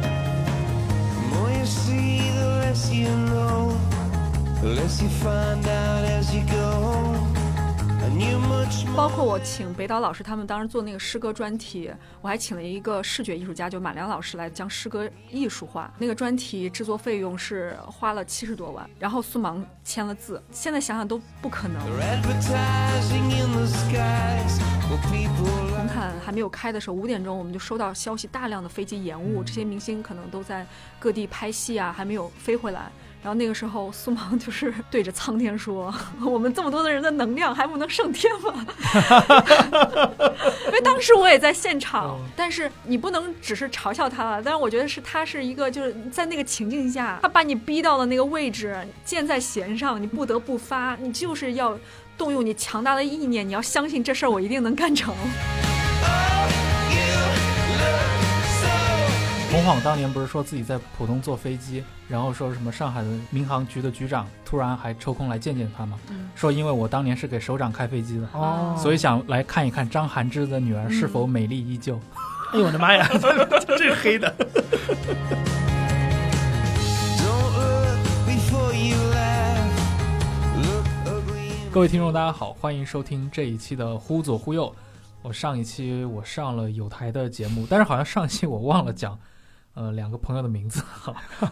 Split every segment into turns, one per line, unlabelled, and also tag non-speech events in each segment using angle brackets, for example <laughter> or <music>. The more you see, the less you know. The less you find out as you go. And you much more.
包括我请北岛老师他们当时做那个诗歌专题，我还请了一个视觉艺术家，就马良老师来将诗歌艺术化。那个专题制作费用是花了七十多万，然后苏芒签了字，现在想想都不可能。
They're advertising in the skies. Well, people
红
like
毯还没有开的时候，五点钟我们就收到消息，大量的飞机延误，这些明星可能都在各地拍戏啊，还没有飞回来。然后那个时候，苏芒就是对着苍天说：“ <laughs> 我们这么多的人的能量，还不能上天吗？” <laughs> 因为当时我也在现场，但是你不能只是嘲笑他了。但是我觉得是他是一个，就是在那个情境下，他把你逼到了那个位置，箭在弦上，你不得不发，你就是要动用你强大的意念，你要相信这事儿我一定能干成。
洪晃当年不是说自己在浦东坐飞机，然后说什么上海的民航局的局长突然还抽空来见见他吗？
嗯
说因为我当年是给首长开飞机的，
哦
所以想来看一看张涵之的女儿是否美丽依旧。
哎呦我的妈呀， <laughs> 这是黑的。
Don't look before you laugh. Look ugly. in
各位听众，大家好，欢迎收听这一期的《忽左忽右》。我上一期我上了有台的节目，但是好像上一期我忘了讲，呃，两个朋友的名字。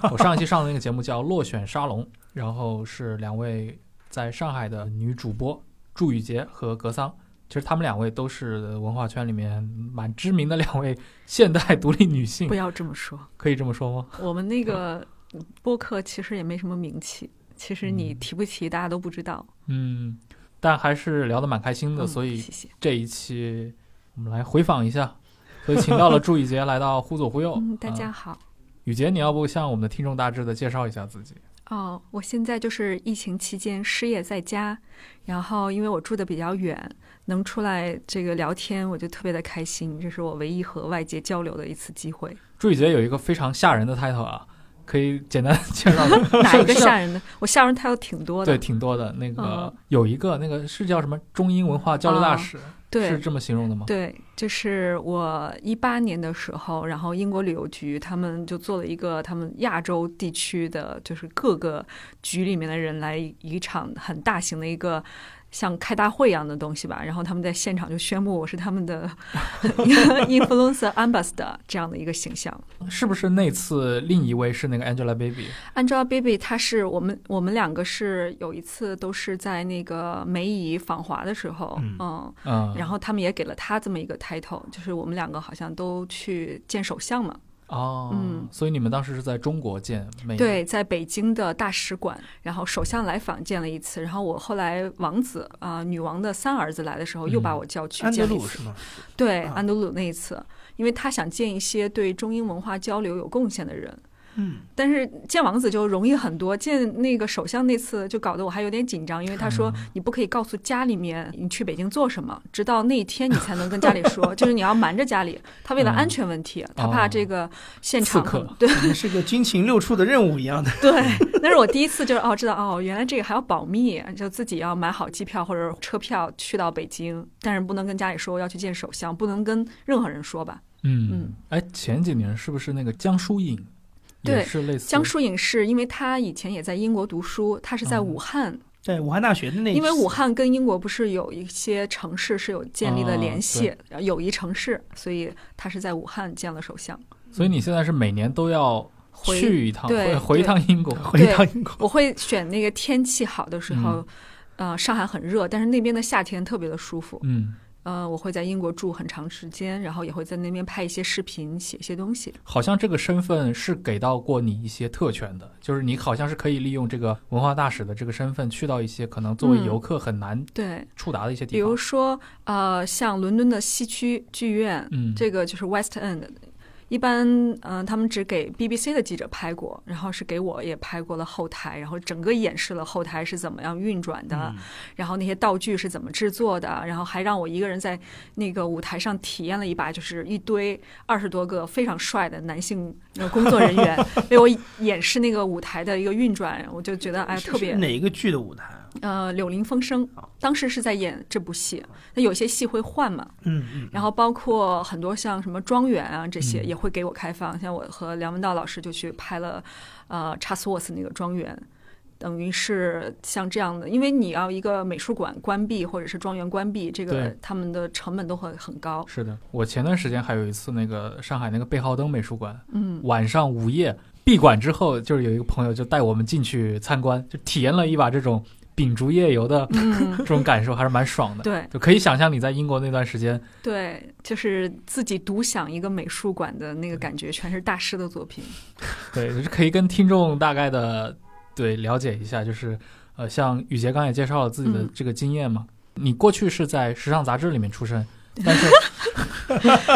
<laughs> 我上一期上的那个节目叫《落选沙龙》，然后是两位在上海的女主播祝雨洁和格桑。其实她们两位都是文化圈里面蛮知名的两位现代独立女性
不，要这么说，
可以这么说吗？
<laughs> 我们那个播客其实也没什么名气，其实你提不提大家都不知道。
嗯，但还是聊得蛮开心的，
嗯
所以
谢谢。
这一期我们来回访一
<laughs>
下，所以请到了祝雨杰来到忽左忽右。
嗯，大家
呃，
好。
雨杰，你要不向我们的听众大致的介绍一下自己？
哦，我现在就是疫情期间失业在家，然后因为我住的比较远，能出来这个聊天，我就特别的开心，这是我唯一和外界交流的一次
<laughs>
机会。
祝雨杰有一个非常吓人的 title 啊，可以简单地介绍一下
哪一个
是
吓人的？ <laughs> 我吓人态度挺多
对，
的。
挺多的。那个、
嗯
有一个，那个是叫什么中英文化交流大使，
对
是这么形容的吗？
对，就是我一八年的时候，然后英国旅游局他们就做了一个他们亚洲地区的，就是各个局里面的人来一场很大型的一个。像开大会一样的东西吧，然后他们在现场就宣布我是他们的 influencer ambassador 这样的一个形象。
是不是那次另一位是那个 Angelababy？
Angelababy，她是我们我们两个是有一次都是在那个梅姨访华的时候，
嗯
嗯
嗯，
然后他们也给了他这么一个 title，就是我们两个好像都去见首相嘛。
哦，
嗯
所以你们当时是在中国见
哎
美
对，在北京的大使馆，然后首相来访见了一次，然后我后来王子啊、女王的三儿子来的时候，又把
嗯
我叫去
安德
见了一
鲁
次。
是吗？
对，
啊
安德鲁那一次，因为他想见一些对中英文化交流有贡献的人。
嗯，
但是见王子就容易很多，见那个首相那次就搞得我还有点紧张，因为他说
嗯
你不可以告诉家里面你去北京做什么，直到那一天你才能跟家里说，就是你要瞒着家里。他为了
嗯
安全问题，他怕这个
<laughs>
现
刺
场可
客
能对
你是个军情六处的任务一样的。
对， <laughs> 那是我第一次就是哦知道哦原来这个还要保密，就自己要买好机票或者车票去到北京，但是不能跟家里说我要去见首相，不能跟任何人说吧。
嗯
嗯，
哎，前几年是不是那个江疏影也
对
是类似
江疏影是因为她以前也在英国读书，她是在
嗯
武汉，
对，武汉大学的那一次
因为武汉跟英国不是有一些城市是有建立
哦
了联系，然后友谊城市，所以她是在武汉见了首相。
所以你现在是每年都要
回
去一趟，回
对对
回一趟英国。
回到英国，
我会选那个天气好的时候，呃，上海很热，但是那边的夏天特别的舒服。
嗯，
呃，我会在英国住很长时间，然后也会在那边拍一些视频，写一些东西。
好像这个身份是给到过你一些特权的，就是你好像是可以利用这个文化大使的这个身份，去到一些可能作为
嗯
游客很难
对，
触达的一些
比
地方
如。说，呃，像伦敦的西区剧院，
嗯，
这个就是 West End，一般嗯、呃他们只给 BBC 的记者拍过，然后是给我也拍过了后台，然后整个演示了后台是怎么样运转的，
嗯
然后那些道具是怎么制作的，然后还让我一个人在那个舞台上体验了一把，就是一堆二十多个非常帅的男性呃工作人
<laughs>
员为我演示那个舞台的一个运转，我就觉得哎
是
特别
是哪一个剧的舞台啊？
呃《柳林风声》，当时是在演这部戏，那有些戏会换嘛，
嗯嗯，
然后包括很多像什么庄园啊这
嗯
些也会给我开放，像我和梁文道老师就去拍了，呃，查斯沃斯那个庄园，等于是像这样的，因为你要一个美术馆关闭或者是庄园关闭，这个
对
他们的成本都会很高。
是的，我前段时间还有一次那个上海那个贝浩登美术馆，
嗯，
晚上午夜闭馆之后，就是有一个朋友就带我们进去参观，就体验了一把这种秉烛夜游的这种感受，还是蛮爽的。
嗯对
就可以想象你在英国那段时间，
对，就是自己独享一个美术馆的那个感觉，全是大师的作品。
对，就是可以跟听众大概的对了解一下，就是呃，像雨杰刚才也介绍了自己的
嗯
这个经验嘛，你过去是在时尚杂志里面出身，但
<laughs>
是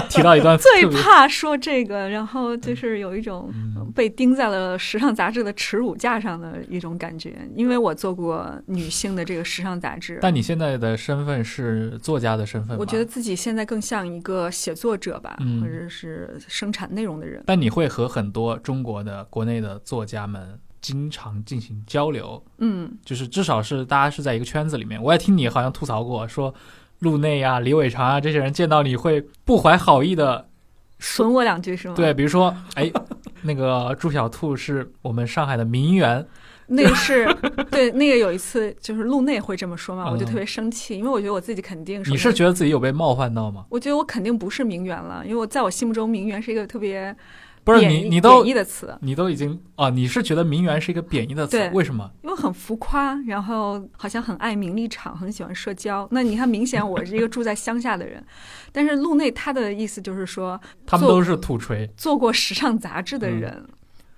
提到一段
最
特别
怕说这个，然后就是有一种
嗯
呃被钉在了时尚杂志的耻辱架上的一种感觉，因为我做过女性的这个时尚杂志，
但你现在的身份是作家的身份吧，
我觉得自己现在更像一个写作者吧，
嗯
或者是生产内容的人。
但你会和很多中国的国内的作家们经常进行交流，
嗯，
就是至少是大家是在一个圈子里面。我也听你好像吐槽过，说陆内啊、李伟长啊这些人见到你会不怀好意的，
损我两句是吗？
对，，比如说，哎，那个朱小兔是我们上海的名媛，
那个是对那个有一次就是路内会这么说嘛，
嗯
我就特别生气，因为我觉得我自己肯定
你是
首先
觉得自己有被冒犯到吗？
我觉得我肯定不是名媛了，因为我在我心目中名媛是一个特别
不是
贬
你，
义
你都
贬义的词，
你都已经啊，你是觉得名媛是一个贬义的词
对，
为什么？
因为很浮夸，然后好像很爱名利场，很喜欢社交。那你看，明显我是一个住在乡下的人， <laughs> 但是路内他的意思就是说，
他们
做
都是土锤，
做过时尚杂志的人，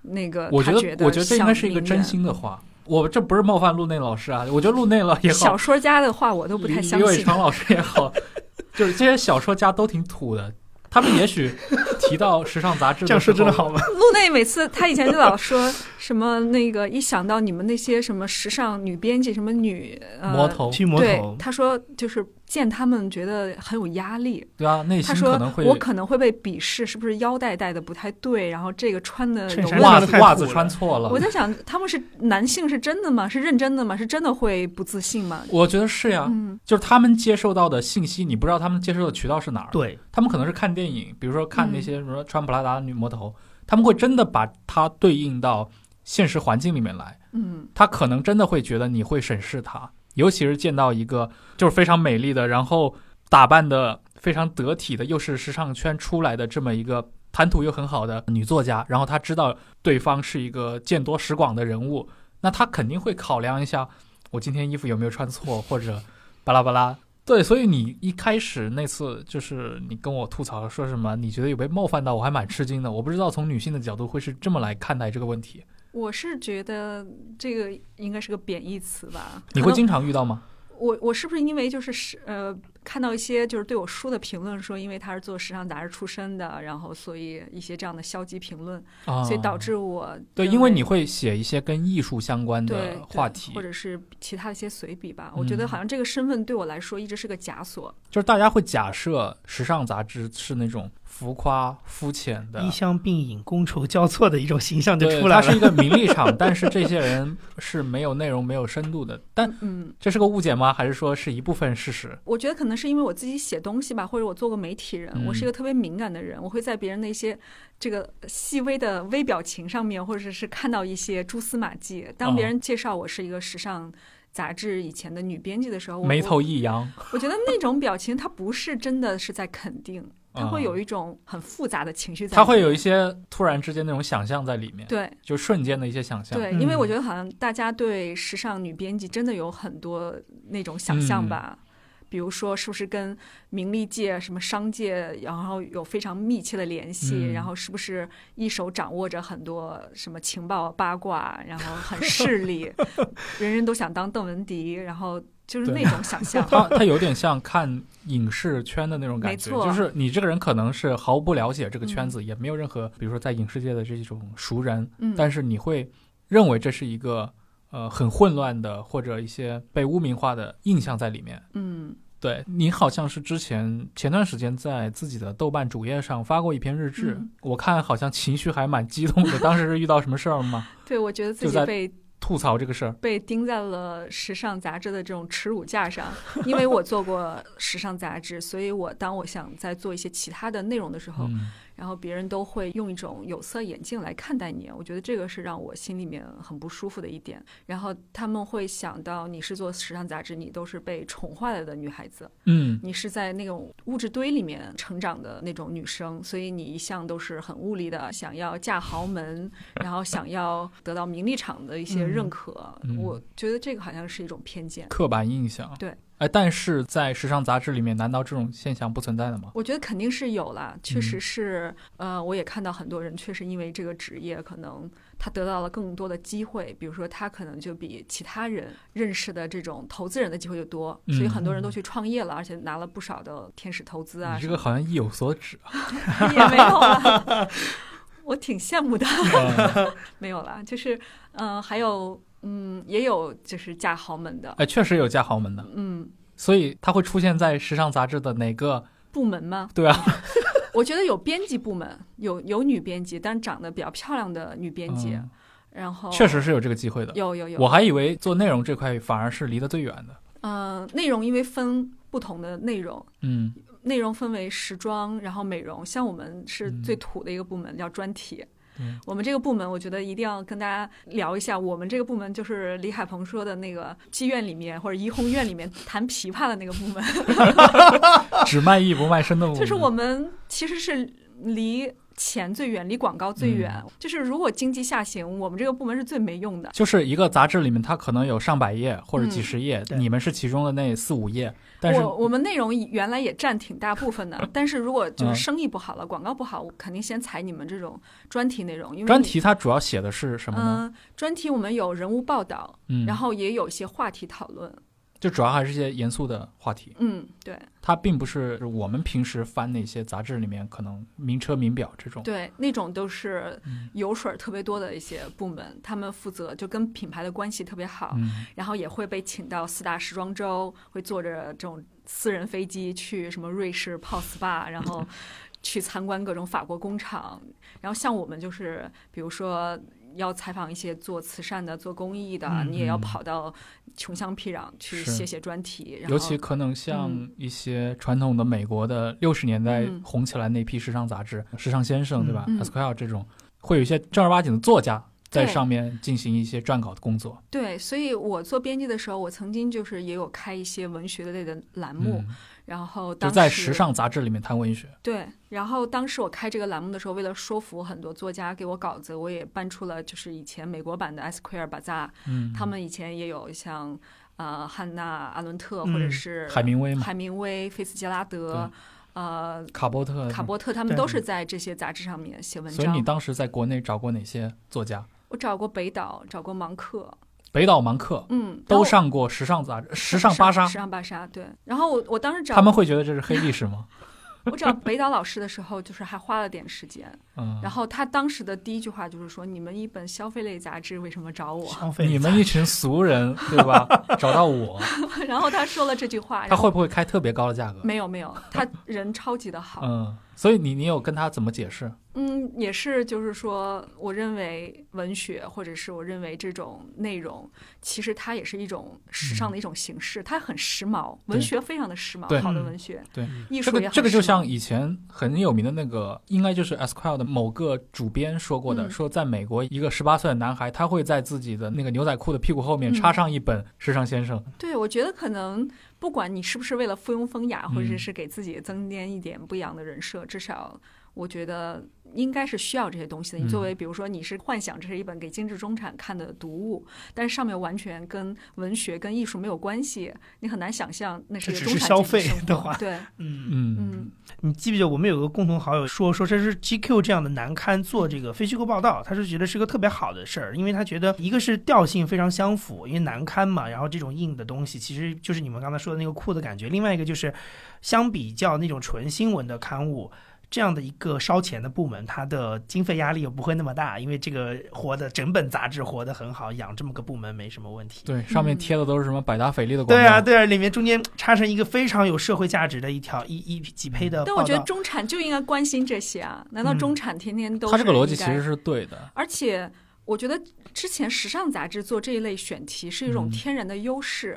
那个
嗯我
呃他
觉得
觉
我觉得这应该是一个
像名
真
人。
心的话。我这不是冒犯陆内老师啊，我觉得陆内了也好，
小说家的话我都不
李
太相
李伟
<laughs> 信。
长老师也好， <laughs> 就是这些小说家都挺土的。他们也许提到时尚杂志，
这样说真的，好吗？
路内每次他以前就老说什么那个，一想到你们那些什么时尚女编辑、什么女呃
魔，头
嗯驱魔
对
头，
他说就是见他们觉得很有压力。
对啊，内心
他说
可能会
我可能会被鄙视，是不是腰带带的不太对，然后这个穿的
衬
有
衫
问
袜
上
题。
得
子
太土
袜子
了
穿错了
我。在想，他们是男性是真的吗？是认真的吗？是真的会不自信吗？
我觉得是呀、
嗯，
就是他们接受到的信息，你不知道他们接受的渠道是哪儿。
对，
他们可能是看电影，比如说看
嗯
那些什么穿普拉达的女魔头，他们会真的把它对应到现实环境里面来。
嗯，
他可能真的会觉得你会审视他，尤其是见到一个就是非常美丽的，然后打扮的非常得体的，又是时尚圈出来的这么一个谈吐又很好的女作家，然后他知道对方是一个见多识广的人物，那他肯定会考量一下我今天衣服有没有穿错，或者巴拉巴拉。对，所以你一开始那次就是你跟我吐槽说什么，你觉得有被冒犯到，我还蛮吃惊的。我不知道从女性的角度会是这么来看待这个问题，
我是觉得这个应该是个贬义词吧。
你会
可能
经常遇到吗？
我我是不是因为就是时呃看到一些就是对我书的评论说，因为他是做时尚杂志出身的，然后所以一些这样的消极评论，
啊，
所以导致我
对，
认
因为你会写一些跟艺术相关
对
的话
对
题
或，者是其他的一些随笔吧。我觉得
嗯
好像这个身份对我来说一直是个枷锁。
就是大家会假设时尚杂志是那种浮夸、肤浅的
衣，香鬓影、觥筹交错的一种形象就
对，
出来
它是
了
一。个名利场，但是这些人是没有内容、没有深度的。但
嗯。
这是个误解吗？还是说是一部分事实？
我觉得可能是因为我自己写东西吧，或者我做过媒体人，
嗯
我是一个特别敏感的人，我会在别人的一些这个细微的微表情上面，或者是看到一些蛛丝马迹。当
哦
别人介绍我是一个时尚杂志以前的女编辑的时候，我
眉头
我
一扬，
我觉得那种表情，它不是真的是在肯定，它会有
一，
一种很复杂的情绪在里面，
他嗯会有一些突然之间那种想象在里面，
对。
就瞬间的一些想象。
对，因为我觉得好像大家对时尚女编辑真的有很多那种
嗯
想象吧，比如说是不是跟名利界、什么商界，然后有非常密切的联系，
嗯
然后是不是一手掌握着很多什么 <laughs> 情报八卦，然后很势利，人人都想当邓文迪，然后。就是
对
那种
<laughs>
想象。嗯
它它有点像看影视圈的那种感觉
没，错
就是你这个人可能是毫不了解这个圈子，
嗯
也没有任何，比如说在影视界的这种熟人，
嗯，
但是你会认为这是一个呃很混乱的或者一些被污名化的印象在里面。
嗯
对你好像是之前前段时间在自己的豆瓣主页上发过一篇日志，
嗯
我看好像情绪还蛮激动的。当时是遇到什么事儿 <laughs> 吗？
对，我觉得自
就
己
在
被
吐槽这个事儿，
被钉在了时尚杂志的这种耻辱架上，因为我做过时尚杂志，所以我当我想在做一些其他的内容的时候，
嗯
然后别人都会用一种有色眼镜来看待你，我觉得这个是让我心里面很不舒服的一点。然后他们会想到你是做时尚杂志，你都是被宠坏了的女孩子，
嗯
你是在那种物质堆里面成长的那种女生，所以你一向都是很物力的，想要嫁豪门，然后想要得到名利场的一些认可。
嗯
我觉得这个好像是一种偏见。
刻板印象。
对，
哎，但是在时尚杂志里面，难道这种现象不存在的吗？
我觉得肯定是有啦，确
嗯
实是，呃，我也看到很多人确实因为这个职业，可能他得到了更多的机会，比如说他可能就比其他人认识的这种投资人的机会就多，
嗯
所以很多人都去创业了，而且拿了不少的天使投资啊
你
什
这个
么的。
好像意有所指啊。
<laughs> 也没有了，我挺羡慕
<laughs>
的。
嗯
没有啦， <laughs> 就是嗯、呃还有嗯，也有就是嫁豪门的，
哎，确实有嫁豪门的，
嗯，
所以它会出现在时尚杂志的哪个？
部门吗？嗯
对啊，
<laughs> 我觉得有编辑部门，有有女编辑，但长得比较漂亮的女编辑，
嗯
然后
确实是有这个机会的。
哦有有有，
我还以为做内容这块反而是离得最远的。
嗯、内容因为分不同的内容。
嗯， <laughs>
内容分为时装，然后美容。像我们是
嗯
最土的一个部门，叫专题
嗯。
我们这个部门，我觉得一定要跟大家聊一下。我们这个部门就是李海鹏说的那个妓院里面或者怡红院里面弹琵琶的那个部门，
只卖艺不卖身的我们。
就是我们其实是离钱最远，离广告最远。就是如果经济下行，我们这个部门是最没用的。
就是一个杂志里面，它可能有上百页或者几十页，
对
你们是其中的那四五页，但是
嗯我我们内容原来也占挺大部分的，但是如果就是生意不好了，广告不好，我肯定先裁你们这种专题内容，因为
专
你
题它主要写的是什么呢？
嗯，专题我们有人物报道，
嗯，
然后也有一些话题讨论。
就主要还是一些严肃的话题，
嗯，对
它并不是我们平时翻那些杂志里面可能名车名表这种。
对，那种都是
嗯
油水儿特别多的一些部门，他们负责就跟品牌的关系特别好，
嗯，
然后也会被请到四大时装周，会坐着这种私人飞机去什么瑞士泡 SPA，然后去参观各种法国工厂。然后像我们就是，比如说。要采访一些做慈善的、做公益的，
嗯
你也要
嗯
跑到穷乡僻壤去
是
写写专题，然后
尤其可能像
嗯
一些传统的美国的六十年代
嗯
红起来那批时尚杂志，时尚先生》对吧
嗯
？Esquire 这种，会有一些正儿八经的作家在
对
上面进行一些撰稿的工作。
对，所以我做编辑的时候，我曾经就是也有开一些文学类的栏目，
嗯，
然后当
就
时
在时尚杂志里面谈文学。
对，然后当时我开这个栏目的时候，为了说服很多作家给我稿子，我也搬出了就是以前美国版的 Esquire Bazaar，、
嗯，
他们以前也有像呃汉娜·阿伦特或者
嗯
是
海明威嘛
海明威、菲茨杰拉德，呃
卡波特
卡波特，他们
对
都是在这些杂志上面写文
所以你
章。
当时在国内找过哪些作家？
我找过北岛，找过芒克，
北岛芒克
嗯，然
都
后
上过时尚杂志、时
时
尚芭莎
时，尚芭莎，对。然后我我当时找
他们会觉得这是黑历史吗？
我找北岛老师的时候，就是还花了点时间。
嗯，
<laughs> 然后他当时的第一句话就是说：“你们一本消费类杂志为什么找我
消
嗯
费
你们一群俗人对吧？找到
<laughs>
我，？”
然后他说了这句话，
他
然后
会不会开特别高的价格？
没有没有，他人超级的好。
嗯，所以你你有跟他怎么解释？
嗯，也是就是说，我认为文学或者是我认为这种内容，其实它也是一种时尚的一种形式，它很时髦，文学非常的时
嗯对
髦，好的文学，
对，
艺
这
术
个
也很
这个就
时髦
像以前很有名的那个，应该就是 Esquire 的某个主编说过的，
嗯
说在美国一个十八岁的男孩，他会在自己的那个牛仔裤的屁股后面
嗯
插上一本《时尚先生》
对，我觉得可能不管你是不是为了附庸风雅，或者
嗯
是给自己增添一点不一样的人设，至少我觉得应该是需要这些东西的。你
嗯
作为比如说你是幻想这是一本给精致中产看的读物，但是上面完全跟文学跟艺术没有关系，你很难想象那是一个
这只
中
是
产
消
阶级
费
生
的
活
话
对，
嗯，
嗯
嗯
你记不记得我们有个共同好友说，说这是 GQ 这样的难刊做这个非虚构报道，他是觉得是个特别好的事儿，因为他觉得一个是调性非常相符，因为难刊嘛，然后这种硬的东西其实就是你们刚才说的那个酷的感觉，另外一个就是相比较那种纯新闻的刊物。这样的一个烧钱的部门，它的经费压力也不会那么大，因为这个活的整本杂志活得很好，养这么个部门没什么问题。
对，上面
嗯
贴的都是什么百达翡丽的广告。
对啊，对啊，里面中间插上一个非常有社会价值的一条一一几配的
但
报
我觉得
道，
中产就应该关心这些啊，难道
嗯
中产天天都
他这个逻辑
应
其
该
实是对的。
而且我觉得之前时尚杂志做这一类选题是一种
嗯
天然的优势，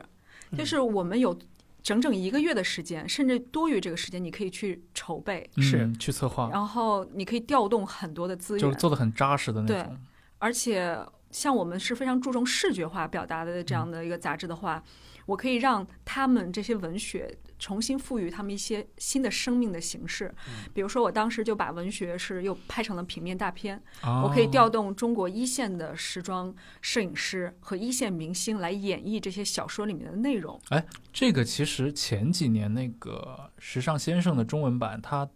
嗯
就是我们有整整一个月的时间，甚至多于这个时间，你可以去筹备，
是
嗯去策划，
然后啊你可以调动很多的资
就是
源，
做的很扎实的那种。
而且像我们是非常注重视觉化表达的
嗯
这样的一个杂志的话，我可以让他们这些文学重新赋予他们一些新的生命的形式，
嗯
比如说我当时就把文学是又拍成了平面大片。
啊
我可以调动中国一线的时装摄影师和一线明星来演绎这些小说里面的内容。
这个其实前几年那个《时尚先生》的中文版，他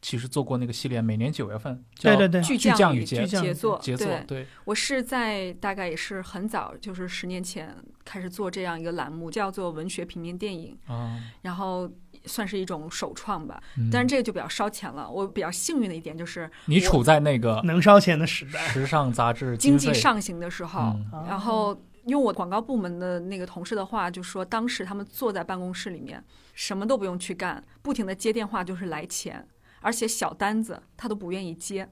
其实做过那个系列，每年九月份叫
对对对，
巨
巨匠
匠
啊与
与
杰
巨匠与
杰作，
杰作，
对
对，
我是在大概也是很早，就是十年前开始做这样一个栏目，叫做文学平面电影，
啊，
然后算是一种首创吧。
嗯
但是这个就比较烧钱了。我比较幸运的一点就是
你处在那个
<laughs> 能烧钱的时代。
时尚杂志
经
费
济上行的时候，
嗯
然后用我广告部门的那个同事的话，就说当时他们坐在办公室里面，什么都不用去干，不停的接电话就是来钱，而且小单子他都不愿意
<laughs>
接。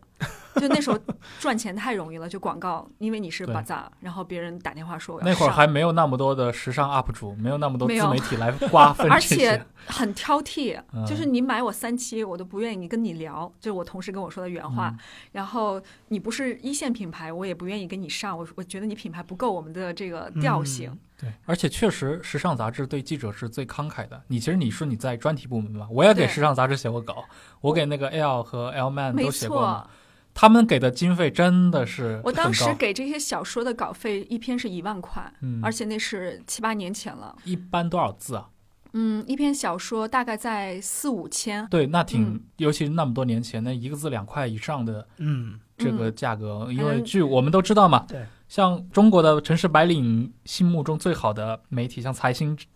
就那时候赚钱太容易了，就广告，因为你是
对
巴扎，然后别人打电话说我要
那会儿
上
还没有那么多的时尚 UP 主，没有那么多
没
自
有
媒体来瓜分
而
这
且
些。
很挑剔，
嗯
就是你买我三期，我都不愿意跟你聊，这是我同事跟我说的原话。
嗯
然后你不是一线品牌，我也不愿意跟你上，我我觉得你品牌不够我们的这个调性。
对，而且确实，时尚杂志对记者是最慷慨的。你其实你说你在专题部门嘛，我也给
对
时尚杂志写过稿，我给那个 L 和 L Man
没
都写过嘛
错，
他们给的经费真的是
我当
很
时
高
给这些小说的稿费一篇是一万块，
嗯
而且那是七八年前了。
一般多少字啊？
嗯，一篇小说大概在四五千。
对，那挺，
嗯
尤其是那么多年前，那一个字两块以上的
嗯，
这个价格，因
还
为
有
据我们都知道嘛，
对，
像中国的城市白领心目中最好的媒体，像财新之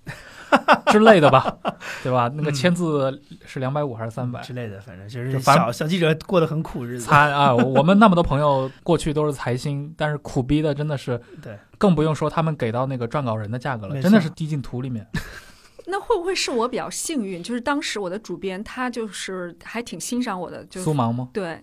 之类的吧，对吧？那个
嗯
千字是两百五还是三百？
之类的，反正就是
就反
小小记者过得很苦日子。
财啊，我们那么多朋友过去都是财新，但是苦逼的真的是，
对，
更不用说他们给到那个撰稿人的价格
没
了，
错
真的是滴进土里面。
那会不会是我比较幸运？就是当时我的主编他就是还挺欣赏我的，就
苏嗯
是
芒吗？ <laughs>
对。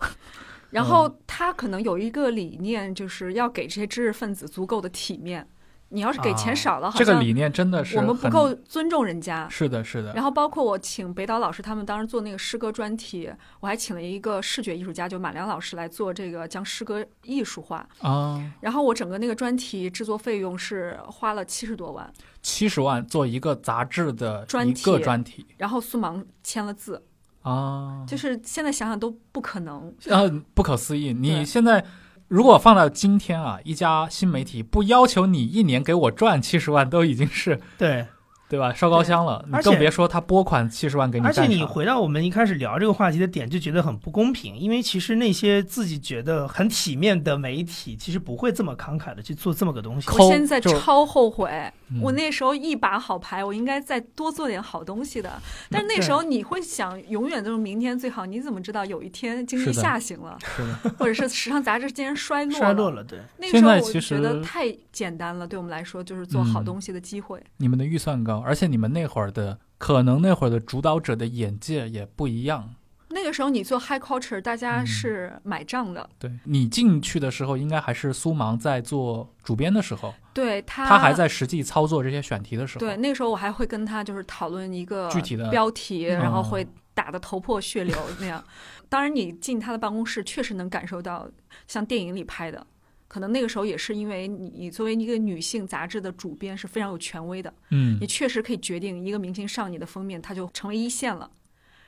然后他可能有一个理念，就是要给这些知识分子足够的体面。你要是给
啊
钱少了，好
这个
像
理念真的是
我们不
很
够尊重人家。
是的，是的，
然后包括我请北岛老师他们当时做那个诗歌专题，我还请了一个视觉艺术家，就马良老师来做这个将诗歌艺术化。
啊，
然后我整个那个专题制作费用是花了七十多万，
七十万做一个杂志的
专
一个
题
专题
然后苏芒签了字，
啊，
就是现在想想都不可能。
呃，不可思议！你
对
现在如果放到今天啊，一家新媒体不要求你一年给我赚七十万，都已经是
对，
对吧？烧高香了，你
而且
更别说他拨款七十万给你
而
干啥。
且你回到我们一开始聊这个话题的点，就觉得很不公平，因为其实那些自己觉得很体面的媒体，其实不会这么慷慨的去做这么个东西。
抠
我现在
就是
超后悔，
嗯
我那时候一把好牌，我应该再多做点好东西的。但是那时候你会想，永远都是明天最好，你怎么知道有一天经
是
济
的
下行了，
是的
或者是时尚杂志竟然衰
<laughs>
落
衰落了，对，
那
现
个时候
在
我
其
就觉
实嗯
得太简单了，对我们来说就是做好东西的机会。
你们的预算高，而且你们那会儿的可能那会儿的主导者的眼界也不一样。
那个时候你做 high culture，大家
嗯
是买账的，
对你进去的时候，应该还是苏芒在做主编的时候，
对他
他还在实际操作这些选题的时候。
对那个时候我还会跟他就是讨论一个
具体的
标题，
嗯
然后会打得头破血流那样。当然，你进他的办公室确实能感受到像电影里拍的。可能那个时候也是因为你，你作为一个女性杂志的主编是非常有权威的，
嗯
你，确实可以决定一个明星上你的封面，他就成为一线了。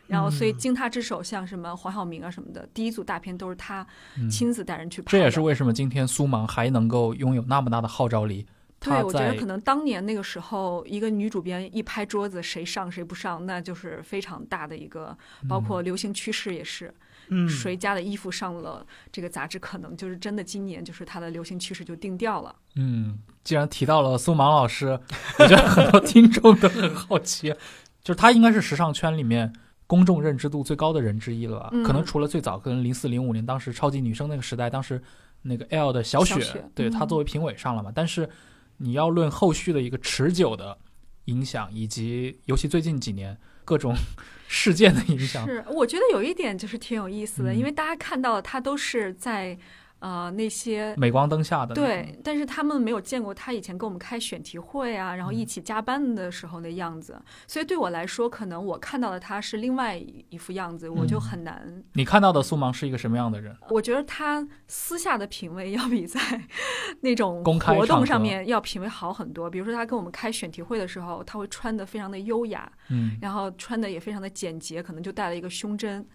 然后所以
嗯
经他之手，像什么黄晓明啊什么的，第一组大片都是他
嗯
亲自带人去拍
这
的。
也是为什么今天苏芒还能够拥有那么大的号召力。
对，
他
我觉得
在
可能当年那个时候，一个女主编一拍桌子，谁上谁不上，那就是非常大的一个，包括
嗯
流行趋势也是，
嗯，
谁家的衣服上了这个杂志，可能就是真的今年就是它的流行趋势就定调了。
嗯，既然提到了苏芒老师， <laughs> 我觉得很多听众都很好奇，就是他应该是时尚圈里面公众认知度最高的人之一了吧？
嗯
可能除了最早跟零四零五年当时超级女声那个时代，当时那个 L 的小雪，
小雪
对
嗯
她作为评委上了嘛。但是你要论后续的一个持久的影响，以及尤其最近几年各种事件的影响，
是，我觉得有一点就是挺有意思的，
嗯
因为大家看到的它都是在呃那些。
镁光灯下的那种
对，但是他们没有见过他以前跟我们开选题会啊，然后一
嗯
起加班的时候的样子，所以对我来说，可能我看到的他是另外一副样子，我就
嗯
很难
你看到的苏芒是一个什么样的人？
我觉得他私下的品味 <laughs> 要比在那种
公开
活
场合
动上面要品味好很多。比如说，他跟我们开选题会的时候，他会穿的非常的优雅，
嗯，
然后穿的也非常的简洁，可能就带了一个胸针。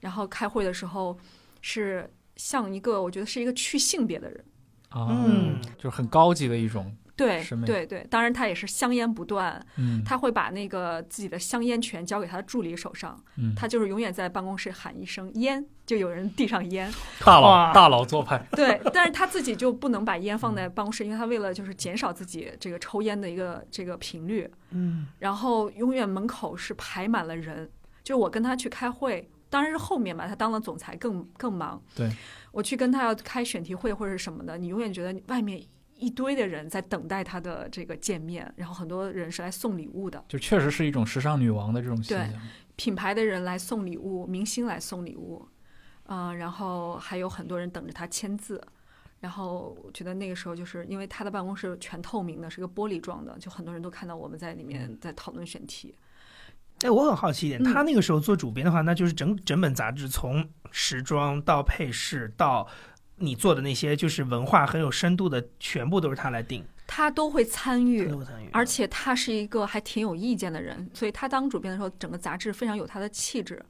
然后开会的时候是像一个，我觉得是一个去性别的人。
啊，
嗯
就是很高级的一种，
对
审美
对对，当然他也是香烟不断，
嗯，
他会把那个自己的香烟权交给他的助理手上，
嗯
他就是永远在办公室喊一声烟，就有人递上烟，
大佬
哇
大佬做派，
对，但是他自己就不能把烟放在办公室，因为他为了就是减少自己这个抽烟的一个这个频率，
嗯
然后永远门口是排满了人。就我跟他去开会，当然是后面嘛，他当了总裁更更忙。
对，
我去跟他要开选题会或者是什么的，你永远觉得外面一堆的人在等待他的这个见面，然后很多人是来送礼物的，
就确实是一种时尚女王的这种形象。
品牌的人来送礼物，明星来送礼物，嗯、然后还有很多人等着他签字。然后我觉得那个时候，就是因为他的办公室全透明的，是个玻璃状的，就很多人都看到我们在里面在讨论选题。
哎，我很好奇一点，
嗯
他那个时候做主编的话，那就是整整本杂志从时装到配饰到你做的那些就是文化很有深度的，全部都是他来定，
他都会参
他
与
都，会参与。
而且他是一个还挺有意见的人，所以他当主编的时候，整个杂志非常有他的气质。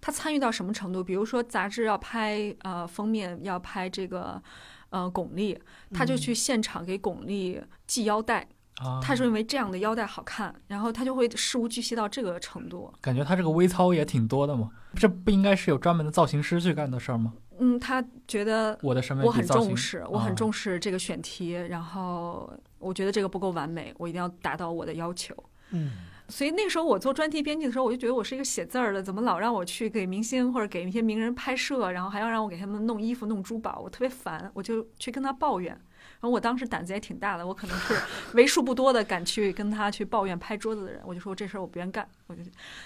他参与到什么程度？比如说杂志要拍呃封面，要拍这个呃巩俐，他就去现场给巩俐系腰带。
嗯啊，
他是认为这样的腰带好看，然后他就会事无巨细到这个程度。
感觉他这个微操也挺多的嘛，这不应该是有专门的造型师去干的事儿吗？
嗯，他觉得
我的审美
我
比
很
造型啊
重视，我很重视这个选题，然后我觉得这个不够完美，我一定要达到我的要求。
嗯，
所以那个时候我做专题编辑的时候，我就觉得我是一个写字儿的，怎么老让我去给明星或者给一些名人拍摄，然后还要让我给他们弄衣服、弄珠宝，我特别烦，我就去跟他抱怨。然后我当时胆子也挺大的，我可能是为数不多的敢去跟他去抱怨拍桌子的人。我就说这事儿我不愿干，我就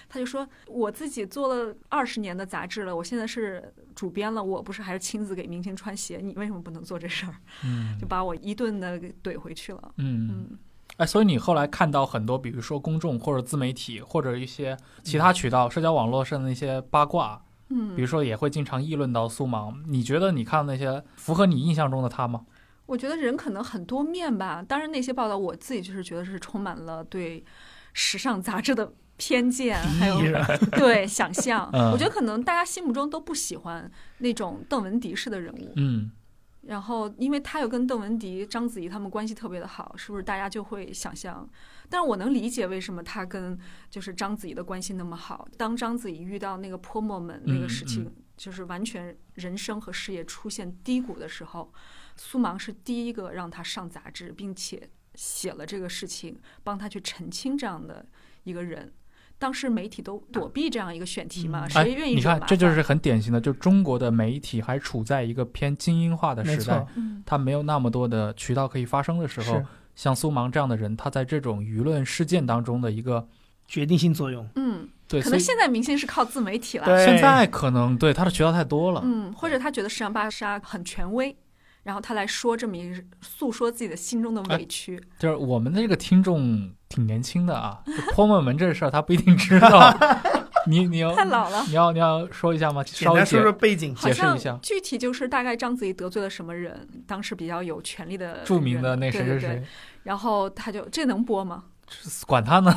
他就说我自己做了二十年的杂志了，我现在是主编了，我不是还是亲自给明星穿鞋，你为什么不能做这事儿？
嗯
就把我一顿的给怼回去了。
嗯，
嗯，
哎，所以你后来看到很多，比如说公众或者自媒体或者一些其他渠道、社交网络上的一些八卦，
嗯
比如说也会经常议论到苏芒，你觉得你看那些符合你印象中的他吗？
我觉得人可能很多面吧，当然那些报道我自己就是觉得是充满了对时尚杂志的偏见，还有对想象。
嗯
我觉得可能大家心目中都不喜欢那种邓文迪式的人物，
嗯
然后因为他又跟邓文迪、章子怡他们关系特别的好，是不是大家就会想象？但是我能理解为什么他跟就是章子怡的关系那么好。当章子怡遇到那个泼墨门那个时期，
嗯
就是完全人生和事业出现低谷的时候，苏芒是第一个让他上杂志，并且写了这个事情，帮他去澄清这样的一个人。当时媒体都躲避这样一个选题嘛，
嗯
哎，
谁愿意
你
惹麻
看
烦？
这就是很典型的，就中国的媒体还处在一个偏精英化的
没
时代
错，，
嗯
它没有那么多的渠道可以发声的时候
是，
像苏芒这样的人，他在这种舆论事件当中的一个
决定性作用。
嗯，
对，所
可能
以
现在明星是靠自媒体了，
对
现在可能对他的渠道太多了。
嗯，或者他觉得时尚芭莎很权威，然后他来说这么一诉说自己的心中的委屈。
就是我们的这个听众挺年轻的啊，就泼墨门这事儿他不一定知道。你你要
太老了，
你要你要说一下吗？
简
稍微
单说
解
说背景，
好
哎解释一下
像具体就是大概章子怡得罪了什么人，当时比较有权力的
著名的
人
那谁谁
对对对
谁，
然后他就这能播吗？ <laughs>
管他呢，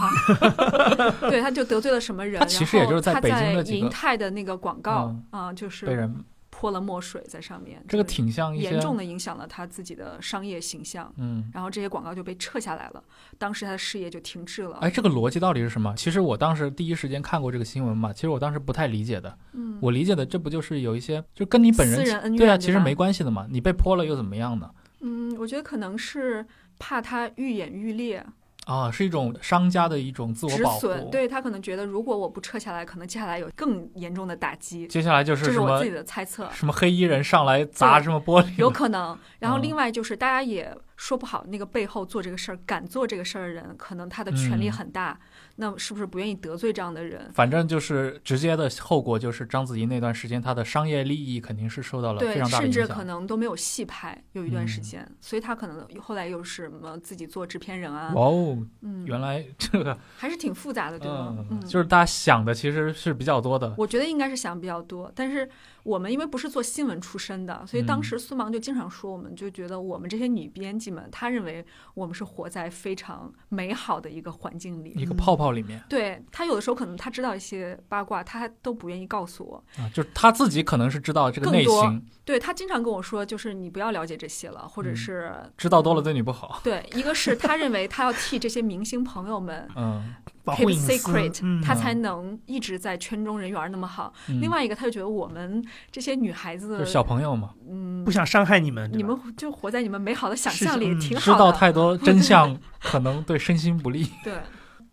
对，他就得罪了什么人？
他其实也就是在
然后
北京
他在
的几个
银泰的那个广告
嗯
啊，就
被
是
人
泼了墨水在上面，
这个
就是
挺像一些
严重的影响了他自己的商业形象，
嗯。
然后这些广告就被撤下来了，当时他的事业就停滞了。
哎，这个逻辑到底是什么？其实我当时第一时间看过这个新闻嘛，其实我当时不太理解的。
嗯，
我理解的这不就是有一些就跟你本人
私人恩怨
对啊，
对
其实
吧
没关系的嘛，你被泼了又怎么样呢？
嗯，我觉得可能是怕他愈演愈烈，
啊，是一种商家的一种自我
止
保护
损。。，对他可能觉得，如果我不撤下来，可能接下来有更严重的打击。
接下来就
这
是
是
什
我
么
自己的猜测，
什么黑衣人上来砸
对
什么玻璃，
有可能。 <laughs> 然后
嗯
另外就是，大家也说不好，那个背后做这个事儿、敢做这个事儿的人，可能他的权力
嗯
很大，那是不是不愿意得罪这样的人？
反正就是直接的后果就是章子怡那段时间她的商业利益肯定是受到了非
对，
常大的
甚
影
至
响。
可能都没有戏拍，有一段时
嗯
间，所以他可能后来又是什么自己做制片人啊，
哇哦，
嗯，
原来这个
还是挺复杂的，对吗？
嗯
嗯，
就是大家想的其实是比较多的。
我觉得应该是想比较多，但是我们因为不是做新闻出身的，所以
嗯
当时苏芒就经常说，我们就觉得我们这些女编辑们，她认为我们是活在非常美好的一个环境里。
一个泡泡里面
对她有的时候可能她知道一些八卦，她还都不愿意告诉我。
啊，就是他自己可能是知道这个
嗯更
内
多
心，
对她经常跟我说，就是你不要了解这些了，或者
嗯
是、
知道多了对你不好。
对，一个是她认为她要替这些明星朋友
<laughs>
们
嗯，
保护
keep
隐私
secret，、
嗯，
她才能一直在圈中人缘那么好。
嗯
另外一个，她就觉得我们这些女孩
就
子
是小朋友嘛，
嗯
不，想伤害你们，对
你
吧
们就活在你们美好的想
是
象里，
嗯
挺
知
好的。
道太多真相可能对身心不利。
对，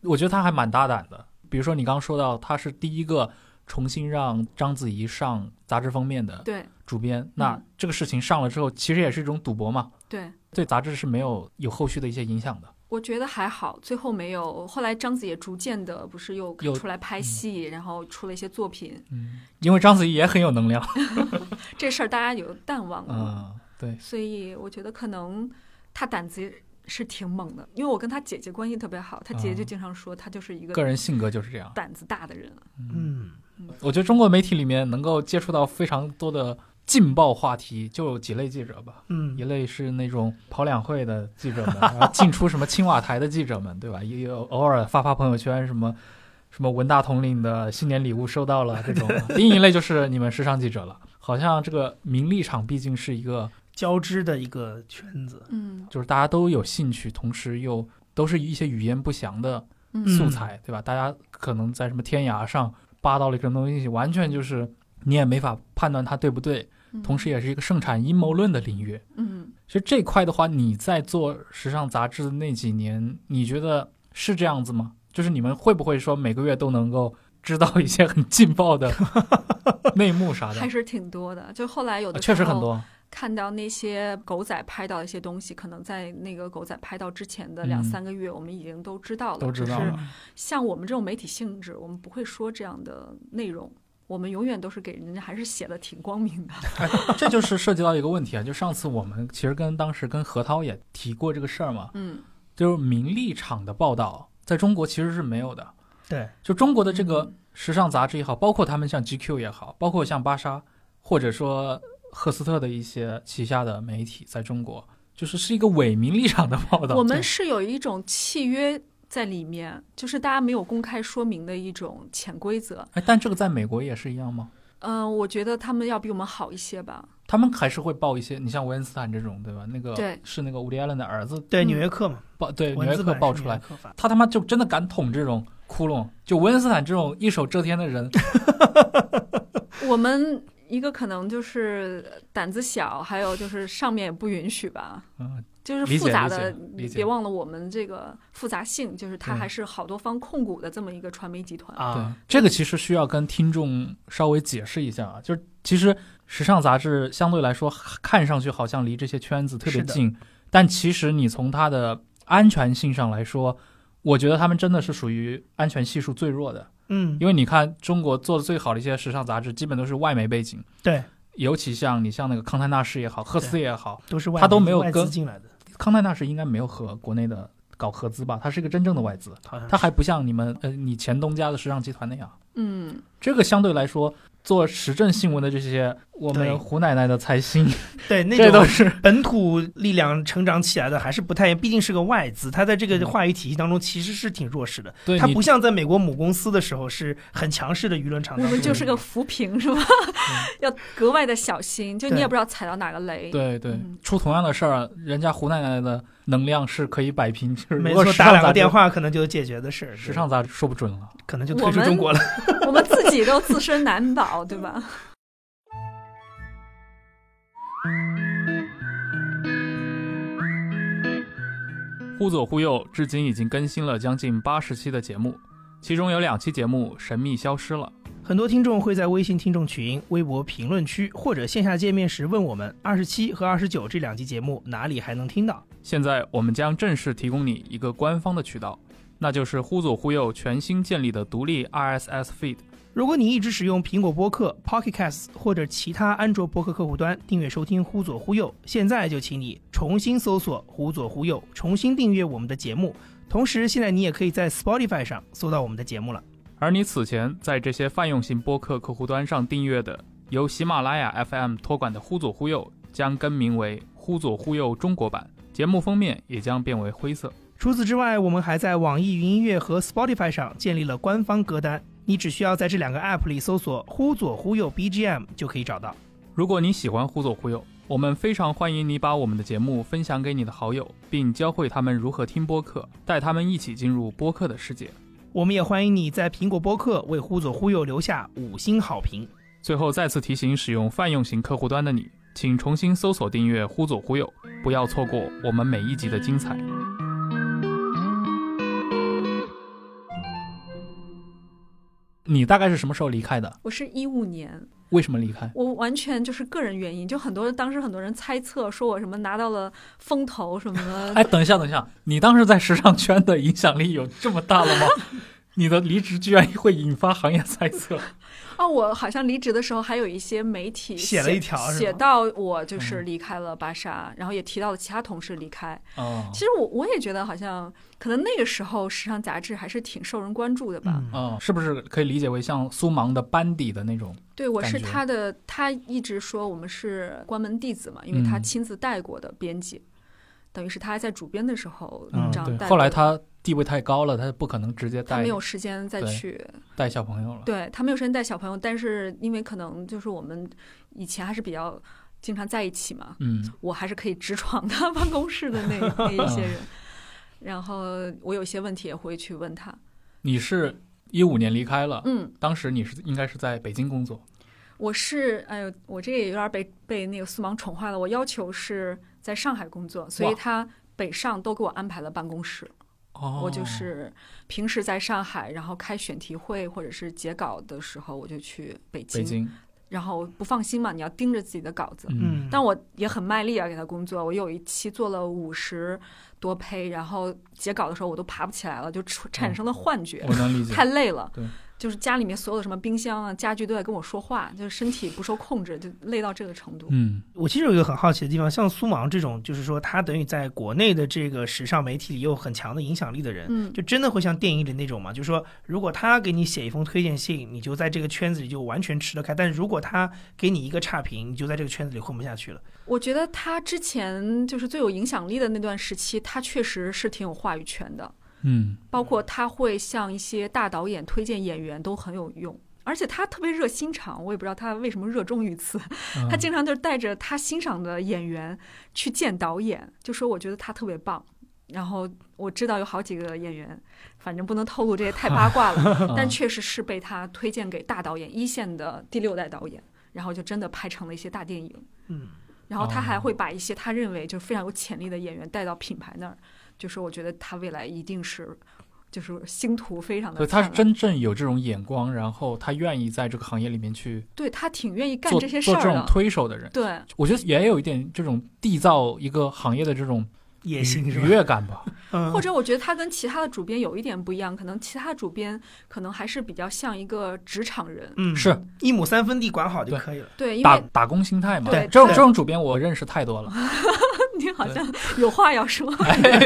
我觉得他还蛮大胆的。比如说你刚刚说到他是第一个重新让章子怡上杂志封面的
对，嗯
主编，那这个事情上了之后，其实也是一种赌博嘛，
对，
对杂志是没有有后续的一些影响的。
我觉得还好，最后没有。后来章子也逐渐的，不是又
有
出来拍戏，然后出了一些作品，
嗯，因为章子怡也很有能
<laughs>
量。
这事儿大家有淡忘了。
嗯，对，
所以我觉得可能他胆子是挺猛的，因为我跟他姐姐关系特别好，他姐姐就
嗯
经常说他就是一
个
个
人性格就是这样。
胆子大的人。
嗯，
我觉得中国媒体里面能够接触到非常多的劲爆话题，就有几类记者吧。
嗯
一类是那种跑两会的记者们，然后进出什么青瓦台的记者们，对吧？也有偶尔发发朋友圈什么。什么文大统领的新年礼物收到了这种，另一类就是你们时尚记者了。好像这个名利场毕竟是一个，
交织的一个圈子，
嗯
就是大家都有兴趣，同时又都是一些语言不详的
嗯
素材，对吧？大家可能在什么天涯上扒到了一个东西，完全就是你也没法判断它对不对，
嗯，
同时也是一个盛产阴谋论的领域。
嗯，
其实这块的话，你在做时尚杂志的那几年，你觉得是这样子吗？就是你们会不会说每个月都能够知道一些很劲爆
<laughs>
的内幕啥的？
还是挺多的。就后来有
啊
的
确实
时候
很多，
看到那些狗仔拍到一些东西，可能在那个狗仔拍到之前的两
嗯
三个月，我们已经都知道了。
都知道
只
了
是
啊
像我们这种媒体性质，我们不会说这样的内容，我们永远都是给人家还是写的挺光明的。
这就是涉及到一个问题啊。就上次我们其实跟当时跟何涛也提过这个事儿嘛， <laughs>
嗯，
就是名利场的报道在中国其实是没有的。
对，
就中国的这
嗯
个时尚杂志也好，包括他们像 GQ 也好，包括像芭莎，或者说赫斯特的一些旗下的媒体，在中国就是是一个伪名利场的报道。
我们是有一种契约在里面，就是大家没有公开说明的一种潜规则。
哎，但这个在美国也是一样吗？
嗯、我觉得他们要比我们好一些吧。
他们还是会报一些，你像维恩斯坦这种，对吧？那个
对
是那个伍迪·艾伦的儿子
对
嗯
纽约客嘛，
报，对纽
文
约
字
客
版
爆
是
出
纽约
来，
客法，
他他妈就真的敢捅这种窟窿，就维恩斯坦这种一手遮天的人，
我们一个可能就是胆子小，还有就是上面也不允许吧。
嗯，
就是复杂的
理解理解，理
你
解
别忘了我们这个复杂性，就是它
对
还是好多方控股的这么一个传媒集团。
对
啊，，
这个其实需要跟听众稍微解释一下啊，就是其实时尚杂志相对来说看上去好像离这些圈子特别
是的
近，但其实你从它的安全性上来说，我觉得他们真的是属于安全系数最弱的，
嗯，
因为你看中国做的最好的一些时尚杂志，基本都是外媒背景，
对，
尤其像你像那个康泰纳仕也好，赫斯也好，
都是外
他都
媒
没有
外
跟
资进来的，
康泰纳仕应该没有和国内的搞合资吧，它是一个真正的外资，
好像
它还
是
不像你们呃你前东家的时尚集团那样。
嗯，
这个相对来说，做时政新闻的这些我
对
们胡奶奶的财新，
对， <laughs> 那
这
种
都是
本土力量成长起来的还是不太，毕竟是个外资，它在这个话语体系当中其实是挺弱势的。
嗯对
它
你
不像在美国母公司的时候是很强势的舆论场
我
当中。
们就是个浮萍，是吧？ <laughs> 要格外的小心，就你
对
也不知道踩到哪个
嗯
雷。
对对
嗯，
出同样的事儿，啊人家胡奶奶的能量是可以摆平，就是
没
如果
错，
时
打
尚
两
杂
个
志
电，话可能就解决的事儿，
时尚杂志说不准了。
可能就退出中国了。
我们自己都自身难
<laughs>
保，对吧？
忽左忽右，至今已经更新了将近八十期的节目，其中有两期节目神秘消失了。
很多听众会在微信听众群、微博评论区或者线下见面时问我们，二十七和二十九这两期节目哪里还能听到？
现在我们将正式提供你一个官方的渠道，那就是忽左忽右全新建立的独立 RSS feed。
如果你一直使用苹果播客、Pocket Casts 或者其他安卓播客客户端订阅收听《忽左忽右》，现在就请你重新搜索“忽左忽右”，重新订阅我们的节目。同时，现在你也可以在 Spotify 上搜到我们的节目了。
而你此前在这些泛用型播客客户端上订阅的由喜马拉雅 FM 托管的《忽左忽右》将更名为《忽左忽右中国版》，节目封面也将变为灰色。
除此之外，我们还在网易云音乐和 Spotify 上建立了官方歌单，你只需要在这两个 App 里搜索“忽左忽右 BGM” 就可以找到。
如果你喜欢《忽左忽右》，我们非常欢迎你把我们的节目分享给你的好友，并教会他们如何听播客，带他们一起进入播客的世界。
我们也欢迎你在苹果播客为“忽左忽右”留下五星好评。
最后再次提醒使用泛用型客户端的你，请重新搜索订阅《忽左忽右》，不要错过我们每一集的精彩。你大概是什么时候离开的？
我是一五年，
为什么离开？
我完全就是个人原因，就很多当时很多人猜测说我什么拿到了风投什么的，
哎，等一下，等一下，你当时在时尚圈的影响力有这么大了吗？ <laughs> 你的离职居然会引发行业猜测，
<laughs> 哦，我好像离职的时候还有一些媒体
写了一条是吗
写到我
嗯
就是离开了巴莎，然后也提到了其他同事离开。
哦
其，实我我也觉得好像可能那个时候时尚杂志还是挺受人关注的吧。
嗯，
哦，是不是可以理解为像苏芒的班底的那种？
对，我是
感觉
他的，他一直说我们是关门弟子嘛，因为他
嗯
亲自带过的编辑，等于是他还在主编的时候
嗯
这样带过的、
对，后来他地位太高了，他不可能直接
他
带
没有时间再
对
去
带小朋友了。
对他没有时间带小朋友，但是因为可能就是我们以前还是比较经常在一起嘛，
嗯，
我还是可以直闯他办公室的那那一些人。
<laughs>
然后我有一些问题也会去问他。
你是一五年离开了，
嗯，
当时你是应该是在北京工作，
我是哎呦，我这也有点被被那个苏芒宠坏了。我要求是在上海工作，所以
哇
他北上都给我安排了办公室。
哦
我就是平时在上海，然后开选题会或者是截稿的时候，我就去北京。
北京，
然后不放心嘛，你要盯着自己的稿子。
嗯，
嗯，
但我也很卖力啊，给他工作。我有一期做了五十多胚，然后截稿的时候我都爬不起来了，就出产生了幻觉，
我能理解
太。累了
对。
就是家里面所有的什么冰箱啊、家具都在跟我说话，就是身体不受控制，就累到这个程度。
嗯，
我其实有一个很好奇的地方，像苏芒这种，就是说他等于在国内的这个时尚媒体里有很强的影响力的人，
嗯
就真的会像电影里那种嘛？就是说，如果他给你写一封推荐信，你就在这个圈子里就完全吃得开；但如果他给你一个差评，你就在这个圈子里混不下去了。
我觉得他之前就是最有影响力的那段时期，他确实是挺有话语权的，
嗯，
包括他会向一些大导演推荐演员都很有用，而且他特别热心肠，我也不知道他为什么热衷于此。
嗯，
他经常就是带着他欣赏的演员去见导演，就说我觉得他特别棒。然后我知道有好几个演员，反正不能透露这些太八卦了但确实是被他推荐给大导演一线的第六代导演，然后就真的拍成了一些大电影。
嗯，
然后他还会把一些他认为就是非常有潜力的演员带到品牌那儿，就说我觉得他未来一定是就是星途非常
所
的
以他
灿
是
烂。
真正有这种眼光，然后他愿意在这个行业里面去
对他挺愿意干
做
这些事
做
儿
这种嗯
的，
推手的人。
对。
我觉得也有一点这种缔造一个行业的这种
野
愉
心
愉
是吧？
悦感吧。
嗯，
或者我觉得他跟其他的主编有一点不一样，可能其他主编可能还是比较像一个职场人，
嗯，
是
一亩三分地管好就
对
可以了。
对，因
打
为
打工心态嘛。
对
这种
对
这种主编我认识太多了，
<laughs> 你好像有话要说，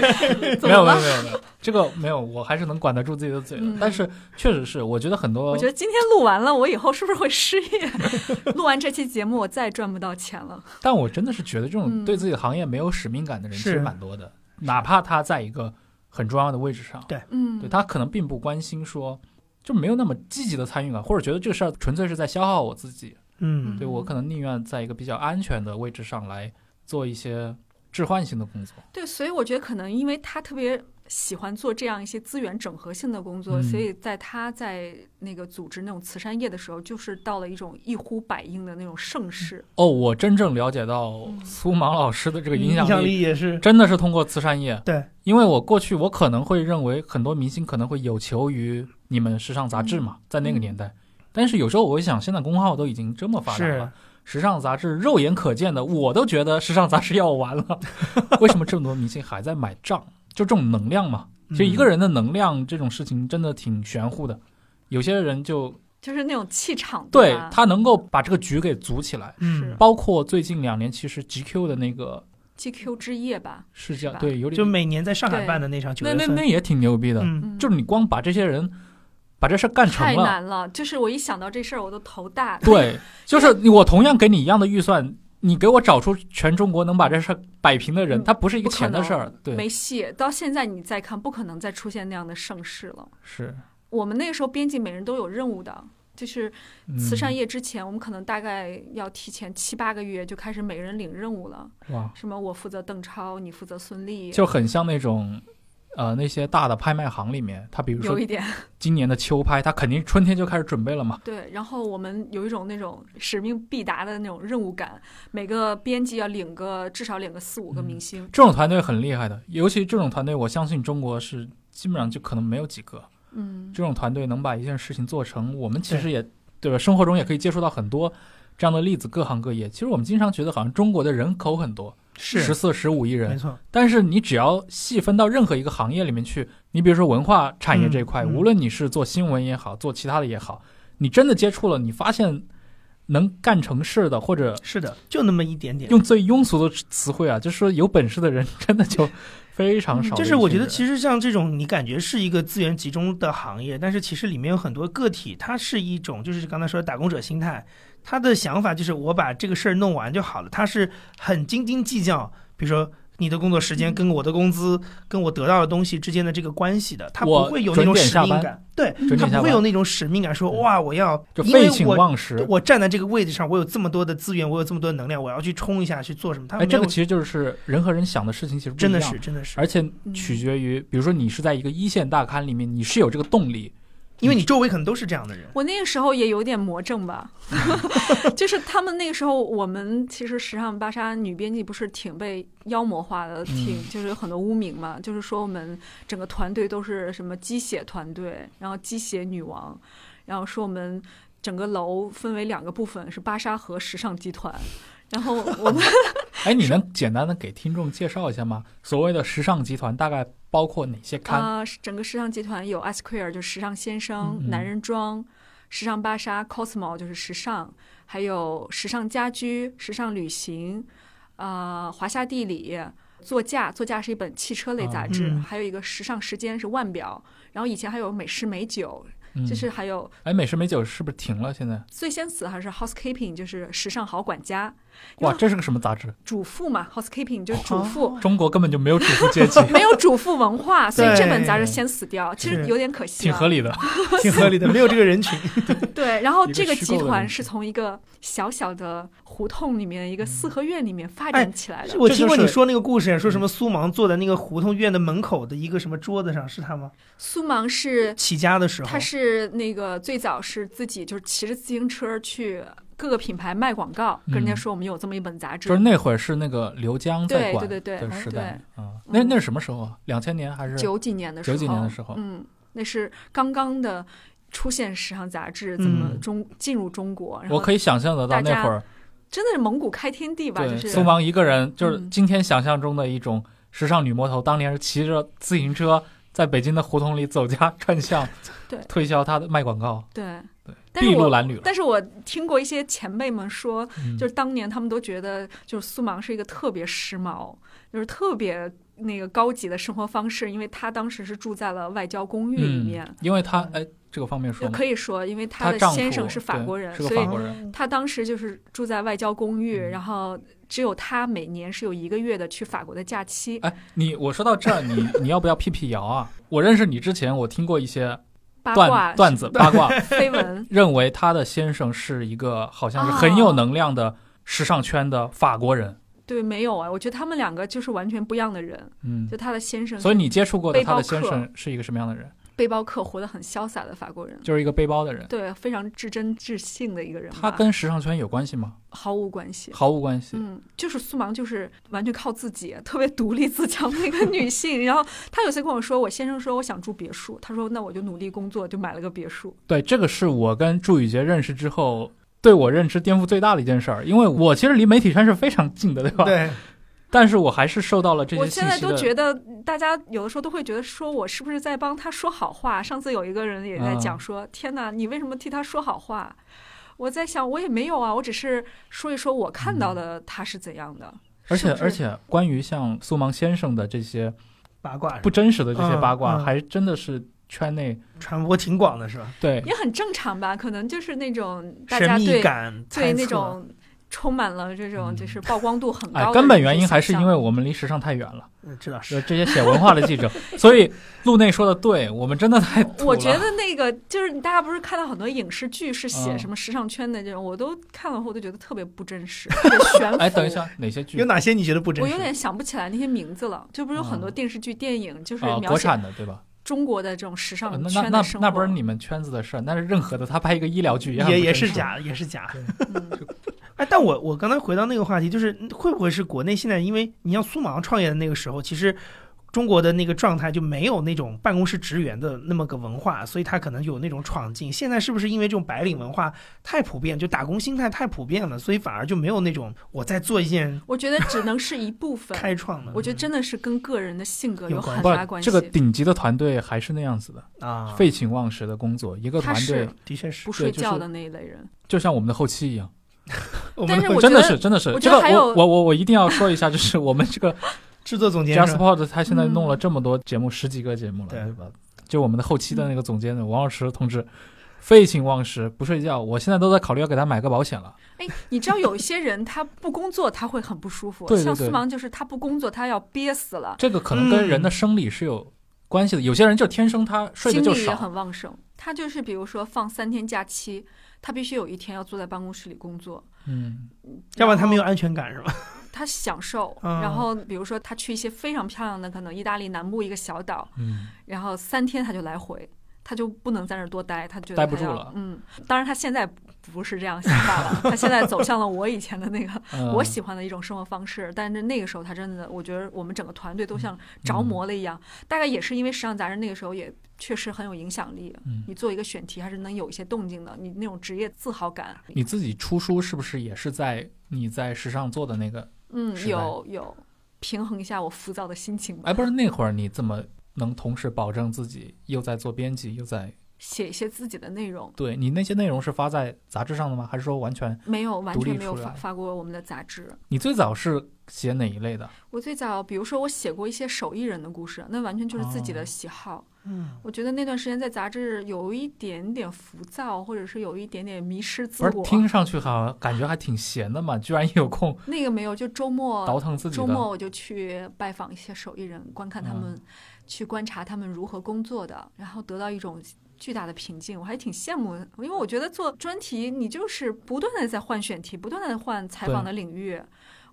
<laughs>
没有
怎么
没有
了？
没有没有，这个没有，我还是能管得住自己的嘴的。
嗯
但是确实是，我觉得很多，
我觉得今天录完了，我以后是不是会失业？ <laughs> 录完这期节目，我再也赚不到钱了。
但我真的是觉得这种
嗯
对自己的行业没有使命感的人其实
是
蛮多的，哪怕他在一个很重要的位置上，
嗯，
对他可能并不关心说。就没有那么积极的参与感，或者觉得这个事儿纯粹是在消耗我自己，
嗯，
对我可能宁愿在一个比较安全的位置上来做一些置换性的工作。
对，所以我觉得可能因为他特别喜欢做这样一些资源整合性的工作，
嗯
所以在他在那个组织那种慈善业的时候，就是到了一种一呼百应的那种盛世。
哦，我真正了解到
嗯
苏芒老师的这个影
影
响
响
力，
力也是，
真的是通过慈善业。
对，
因为我过去我可能会认为很多明星可能会有求于你们时尚杂志嘛，在那个年代。但是有时候我会想，现在公号都已经这么发达
是
了，时尚杂志肉眼可见的，我都觉得时尚杂志要完了。为什么这么多明星还在买账？就这种能量嘛，
嗯
其实一个人的能量这种事情真的挺玄乎的。有些人就
就是那种气场，
对
吧？
他能够把这个局给组起来，
嗯，
包括最近两年，其实 GQ 的那个
GQ 之夜吧，
是叫
是吧
对有点
就每年在上海办的那场九
那
月
那
份，
那也挺牛逼的，
嗯，
嗯，
就是你光把这些人把这事儿干成
太
了，
难了。就是我一想到这事儿，我都头大。， <laughs>
对，就是你我同样给你一样的预算，你给我找出全中国能把这事儿摆平的人，
嗯
他不是一个
不可
钱的
能
事儿，对，
没戏。到现在你再看，不可能再出现那样的盛世了。
是
我们那个时候编辑每人都有任务的，就是慈善
业、
业之前，我们可能大概要提前七八个月就开始每人领任务了。
哇，
什么我负责邓超，你负责孙俪，
就很像那种。呃，那些大的拍卖行里面，他比如
有
说
一点 <laughs>
今年的秋拍，他肯定春天就开始准备了嘛。
对。然后我们有一种那种使命必达的那种任务感，每个编辑要领个至少领个四五个明星。
这种团队很厉害的，尤其这种团队，我相信中国是基本上就可能没有几个。
嗯，
这种团队能把一件事情做成，我们其实也对吧？生活中也可以接触到很多这样的例子，各行各业。其实我们经常觉得好像中国的人口很多，十
是
四十五亿
没
人，
错，
但是你只要细分到任何一个行业里面去，你比如说文化产业这一块，
嗯嗯
无论你是做新闻也好，做其他的也好，你真的接触了，你发现能干成事的，或者
是的，就那么一点点。
用最庸俗的词汇啊，就是说有本事的人真的就非常少的一些人。
嗯就是我觉得，其实像这种你感觉是一个资源集中的行业，但是其实里面有很多个体，它是一种就是刚才说的打工者心态，他的想法就是我把这个事儿弄完就好了，他是很斤斤计较，比如说。你的工作时间
嗯
跟我的工资、跟我得到的东西之间的这个关系的，他不
我
会有那
准
种
点
使
下
命
班
感，对
准
他
点下
不会
班
有那种使命感，说
对
哇，我要
就
因为
废寝
我
忘食。
我站在这个位置上，我有这么多的资源，我有这么多的能量，我要去冲一下，去做什么？他
哎，
没有，
这个其实就是人和人想的事情其实不一
真的
样
是，真的是，
而且
嗯
取决于，比如说你是在一个一线大刊里面，你是有这个动力，
因为你周围可能都是这样的人。
我那个时候也有点魔怔吧， <laughs> 就是他们那个时候，我们其实时尚芭莎女编辑不是挺被妖魔化的，挺就是有很多污名嘛，就是说我们整个团队都是什么鸡血团队，然后鸡血女王，然后说我们整个楼分为两个部分，是芭莎和时尚集团。然后我们
哎，你能简单的给听众介绍一下吗？所谓的时尚集团大概包括哪些刊？
啊、整个时尚集团有 S Queer 就是时尚先生、
嗯嗯
男人装，时尚芭莎 Cosmo 就是时尚，还有时尚家居、时尚旅行，呃，华夏地理。座驾，座驾是一本汽车类杂志，
哦
嗯
还有一个时尚时间是腕表，然后以前还有美食美酒，
嗯
就是还有
哎，美食美酒是不是停了？现在
最先死还是 housekeeping，就是时尚好管家，因
哇，
为
这是个什么杂志？
主妇嘛，housekeeping 就是主妇，
中国根本就没有主妇阶级，
没有主妇文化，所以这本杂志先死掉，其实
是
有点可惜、
挺
啊，
合理的。
挺合理的，没有这个人群。
对，然后
一个
这个
虚
集
构的
团
人
是从一个小小的胡同里面，一个四合院里面发
哎
展起来的。
我
这
听
就
过你
嗯是
说那个故事，说
嗯
什么苏芒坐在那个胡同院的门口的一个什么桌子上，是他吗？
苏芒是，
起家的时候，
呃他是那个最早是自己就是骑着自行车去各个品牌卖广告，跟人家
嗯
说我们有这么一本杂志
就是。那会儿是那个刘江在
对
管
对对对
的时代啊，
嗯
那那是什么时候啊？两千年还是
九几年的时候，
九几年的时候
嗯，那是刚刚的出现时尚杂志怎么
嗯
中、进入中国，然
我
后
可以想象得到
大家
那会儿，
真的是蒙古开天地吧，就
对，
是
苏芒一个人，就是
嗯
今天想象中的一种时尚女魔头，当年是骑着自行车在北京的胡同里走家串巷，
<laughs> 对
推销她的卖广告。
对
对
但是
筚路
我
蓝缕了。
但是我听过一些前辈们说，
嗯
就是当年他们都觉得，就是苏芒是一个特别时髦，就是特别那个高级的生活方式，因为他当时是住在了外交公寓里面。
嗯、因为他哎，这个方面
就
说吗
可以说，因为他
她
的
丈夫
先生是法国人，
对是
所
个
以
法国人，
他当时就是住在外交公寓，
嗯
然后只有他每年是有一个月的去法国的假期。
哎，你我说到这儿，
<laughs>
你你要不要辟辟谣啊？我认识你之前，我听过一些
八卦
段、段子八卦，，
<laughs> 绯闻
认为她的先生是一个好像是
哦
很有能量的时尚圈的法国人，
对，没有啊。我觉得他们两个就是完全不一样的人。
嗯
就，他的先生，
所以你接触过的
背包
她的先
客
生是一个什么样的人？
背包客活得很潇洒的法国人，
就是一个背包的人。
对，非常至真至性的一个人吧。
他跟时尚圈有关系吗？
毫无关系。
毫无关系。
嗯，就是苏芒，就是完全靠自己，特别独立自强的一个
<laughs>
女性。然后她有次跟我说，我先生说我想住别墅，她说那我就努力工作，就买了个别墅。
对，这个是我跟祝宇杰认识之后，对我认知颠覆最大的一件事儿，因为我其实离媒体圈是非常近的，对吧？。
嗯
对，
但是我还是受到了这些
我
信息
现
的。
在都觉得，大家有的时候都会觉得，说我是不是在帮他说好话？上次有一个人也在
啊
讲说，天哪，你为什么替他说好话？我在想，我也没有啊，我只是说一说我看到的他是怎样的。
嗯而且
是不是
而且，关于像苏芒先生的这些
八卦
不真实的这些八卦，
嗯嗯
还真的是圈内
传播挺广的是吧？
对
也很正常吧，可能就是那种大
神
家
秘
对
感，
对
猜测
那种充满了这种就是曝光度很高
嗯哎
的，
根本原因
这种
还是
现
因为
象
我们离时尚太远了。
嗯这倒是
就这些写文化的记者，所以路内说的对，我们真的太土了
我觉得那个就是大家不是看到很多影视剧是写
嗯
什么时尚圈的这种，我都看了后都觉得特别不真实，特别悬
<laughs>
浮。
哎，等一，下，哪些剧
有？哪些你觉得不真
我
实？
有点想不起来那些名字了。就不是有很多
嗯
电视剧、电影，就是
啊、
描
国
写
产的对吧？
中国的这种 <laughs> 时
呃
尚
那那
圈
那
的生活。
那不是你们圈子的事儿，那是任何的。他拍一个医疗剧
也也是
假。
假，也是假。 <laughs>
嗯
哎，但我我刚才回到那个话题，就是会不会是国内现在，因为你像苏芒创业的那个时候，其实中国的那个状态就没有那种办公室职员的那么个文化，所以他可能有那种闯劲。现在是不是因为这种白领文化太普遍，就打工心态太普遍了，所以反而就没有那种我在做一件
我觉得只能是一
<laughs>
部分。
开创的？
我觉得真的是跟个人的性格
有
有很
不
大关系。
这个顶级的团队还是那样子的，
啊，
废寝忘食的工作。一个
他
团队
是
的确是
不，睡
就是
觉的那一类人，
就像我们的后期一样，
我
但
们
是我
真的
觉
是
得
真的是
我
这
觉
个
得还有
我我我我一定要说一下，就是我们这
<laughs>
个
制作总监是吧
JustPod 他现在弄了
嗯
这么多节目，十几个节目了，
对
对吧？就我们的后期的那个
嗯
总监王老师同志，废寝忘食不睡觉，我现在都在考虑要给他买个保险了。
哎，你知道有一些人他不工作他会很不舒服，
对对
像
对
苏芒就是他不工作他要憋死了，
这个可能跟
嗯
人的生理是有关系的，有些人就天生他睡得
精
就
力也
少，
很旺盛。他就是比如说放三天假期，他必须有一天要坐在办公室里工作，
嗯，
要不然他没有
后
安全感是吧？
他享受。
嗯
然后比如说他去一些非常漂亮的，可能意大利南部一个小岛，
嗯，
然后三天他就来回，他就不能在那儿多待，他觉得
待不
他要
住了
嗯，当然他现在不是这样想法了，他现在走向了我以前的那个
呃
我喜欢的一种生活方式，但是那个时候他真的，我觉得我们整个团队都
嗯
像着魔了一样。大概也是因为时尚杂志那个时候也确实很有影响力，
嗯
你做一个选题还是能有一些动静的，你那种职业自豪感，
你自己出书是不是也是在你在时尚做的那个？
嗯，
是吧
有有平衡一下我浮躁的心情吧。
哎，不是那会儿你怎么能同时保证自己又在做编辑又在？
写一些自己的内容，
对你那些内容是发在杂志上的吗？还是说完全
没有完
独立
全没有
出来
发发过我们的杂志。
你最早是写哪一类的？
我最早，比如说我写过一些手艺人的故事，那完全就是自己
哦
的喜好。
嗯，
我觉得那段时间在杂志有一点点浮躁，或者是有一点点迷失自
不
我。
是听上去好像感觉还挺闲的嘛，居然有空
那个没有，就周末
倒腾自己
哦周末
的。
我就去拜访一些手艺人，观看他
嗯
们，去观察他们如何工作的，然后得到一种巨大的平静。我还挺羡慕，因为我觉得做专题，你就是不断的在换选题，不断的换采访
对
的领域。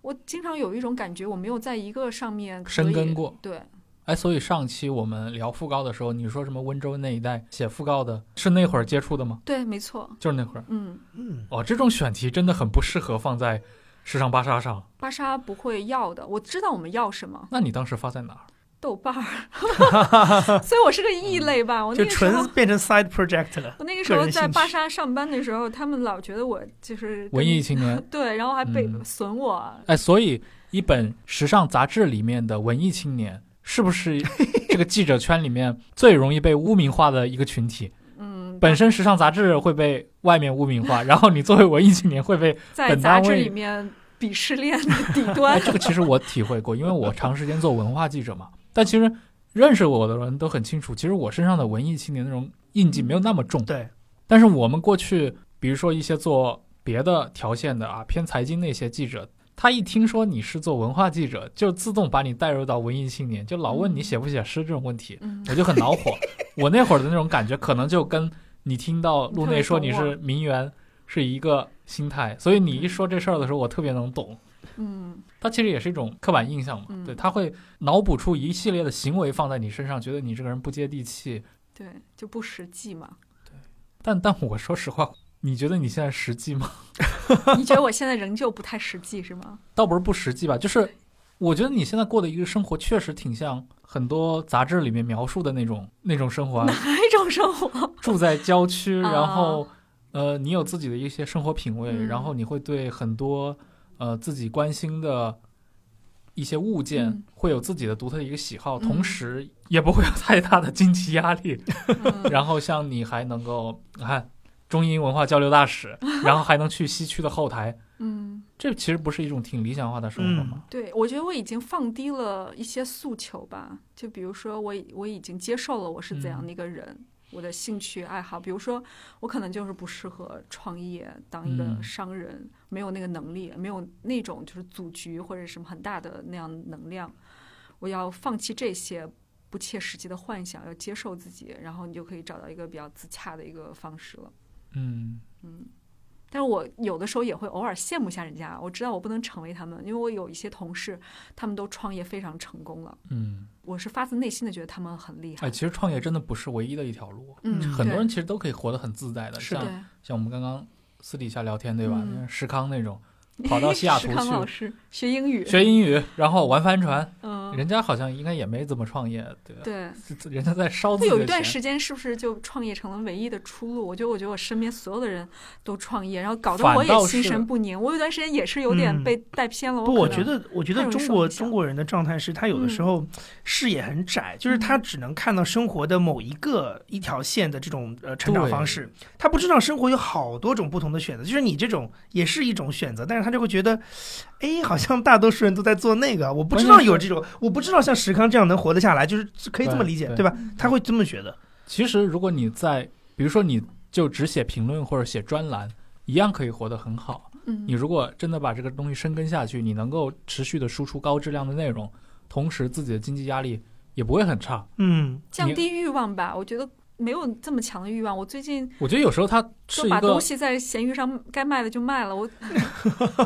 我经常有一种感觉，我没有在一个上面可以
深耕过。
对，
哎，所以上期我们聊讣告的时候，你说什么温州那一带写讣告的，是那会儿接触的吗？
对，没错，
就是那会儿。
嗯。
嗯，
哦，这种选题真的很不适合放在时尚芭莎上。
芭莎不会要的，我知道我们要什么，
那你当时发在哪儿？
豆瓣儿，
<laughs>
所以我是个异类吧。我那
就
个时候
纯，变成 side project 了。
我那个
个
时候
人
在
兴
芭
趣
莎上班的时候，他们老觉得我就是跟
文艺青年。
对，然后还被
嗯
损我，
哎，所以一本时尚杂志里面的文艺青年，是不是这个记者圈里面最容易被污名化的一个群体？
嗯，
本身时尚杂志会被外面污名化，然后你作为文艺青年会被
在
本单
杂
位
志里面鄙视链的底端
哎， <laughs> 这个其实我体会过，因为我长时间做文化记者嘛。但其实认识我的人都很清楚，其实我身上的文艺青年那种印记没有那么重。
对，
但是我们过去，比如说一些做别的条线的啊，偏财经那些记者，他一听说你是做文化记者，就自动把你带入到文艺青年，就老问你写不写诗这种问
<laughs>
题，
嗯
我就很恼火。我那会儿的那种感觉，可能就跟你听到路内说你
你特别
是名媛是一个心态，所以你一说这事儿的时候，我特别能懂。
嗯，
它其实也是一种刻板印象嘛，
嗯
对，它会脑补出一系列的行为放在你身上，觉得你这个人不接地气。
对，就不实际嘛。
但但我说实话，你觉得你现在实际吗？
你觉得我现在仍旧不太实际是吗？ <laughs>
倒不是不实际吧，就是我觉得你现在过的一个生活，确实挺像很多杂志里面描述的那种那种生活啊，
哪一种生活？
住在郊区，
<laughs> 啊
然后呃，你有自己的一些生活品味，
嗯
然后你会对很多呃自己关心的一些物件、
嗯
会有自己的独特的一个喜好，
嗯
同时也不会有太大的经济压力。 <laughs>
嗯
<laughs> 然后像你还能够你看中英文化交流大使，然后还能去西区的后台，
嗯，
这其实不是一种挺理想化的生活吗？
对，我觉得我已经放低了一些诉求吧。就比如说我已，我已经接受了我是怎样的一个人，我的兴趣爱好。比如说，我可能就是不适合创业，当一个
嗯
商人，没有那个能力，没有那种就是组局或者什么很大的那样能量。我要放弃这些不切实际的幻想，要接受自己，然后你就可以找到一个比较自洽的一个方式了。
嗯
但是我有的时候也会偶尔羡慕一下人家，我知道我不能成为他们，因为我有一些同事，他们都创业非常成功了，
嗯，
我是发自内心的觉得他们很厉害。
哎，其实创业真的不是唯一的一条路，
嗯，
很多
对
人其实都可以活得很自在的，
是
像
对
像我们刚刚私底下聊天对吧？
嗯
像石康那种跑到西雅图
<laughs> 石康老
去
师学英语，
学英语，然后玩帆船，
嗯，
人家好像应该也没怎么创业，对吧？
对。
这这人家在烧 <laughs> 自己
那有一
的
段
钱。
时间是不是就创业成了唯一的出路？我觉得，我觉得我身边所有的人都创业，然后搞得
反
我也
倒
心
是
神不宁。我有段时间也是有点
嗯
被带偏了。
不，
我
我
可
觉
能
得，我觉
太
得
容易
中
受嗯
国
影响
中国人的状态是他有的时候视野很窄，就是他
嗯
只能看到生活的某一个一条线的这种呃成长
对
方式，他不知道生活有好多种不同的选择。就是你这种也是一种选择，但是他就会觉得，哎，好像大多数人都在做那个，我不知道
关键
有这种，我不知道像石康这样能活得下来，就是可以这么
对
理解，
对
对吧？
嗯
他会这么觉得，
其实如果你在，比如说你就只写评论或者写专栏，一样可以活得很好。
嗯
你如果真的把这个东西深耕下去，你能够持续的输出高质量的内容，同时自己的经济压力也不会很差。
嗯，
降
你
低欲望吧，我觉得没有这么强的欲望。我最近
我觉得有时候它是
就
一
把东
个，
西在闲鱼上该卖的就
<laughs>
卖了，我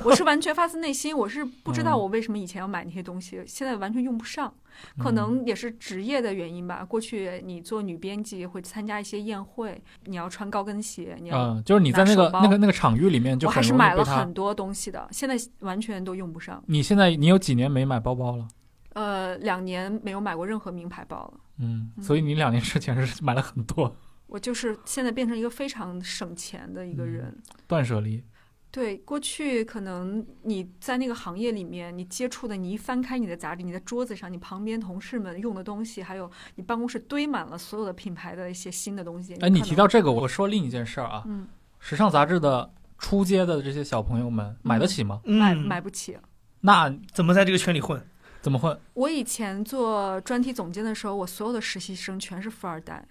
我是完全发自内心，我是不知道
嗯
我为什么以前要买那些东西，现在完全用不上，
嗯
可能也是职业的原因吧。过去你做女编辑会参加一些宴会，你要穿高跟鞋，你要、
嗯，就是你在那个
拿手包
那个那个场域里面就
我还
很
是
容易
买
被
了
它
很。多东西的，现在完全都用不上。
你现在你有几年没买包包了？嗯
呃，两年没有买过任何名牌包了。
嗯，所以你两年之前是买了很多，
我就是现在变成一个非常省钱的一个
嗯
人，
断舍离。
对，过去可能你在那个行业里面，你接触的，你一翻开你的杂志，你的桌子上，你旁边同事们用的东西，还有你办公室堆满了所有的品牌的一些新的东西。
哎，你
可
提
能，
到这个，我说另一件事儿啊，
嗯，
时尚杂志的初阶的这些小朋友们买得起吗？
买
嗯，
买不起。
那
怎么在这个圈里混？
怎么会？
我以前做专题总监的时候，我所有的实习生全是富二代，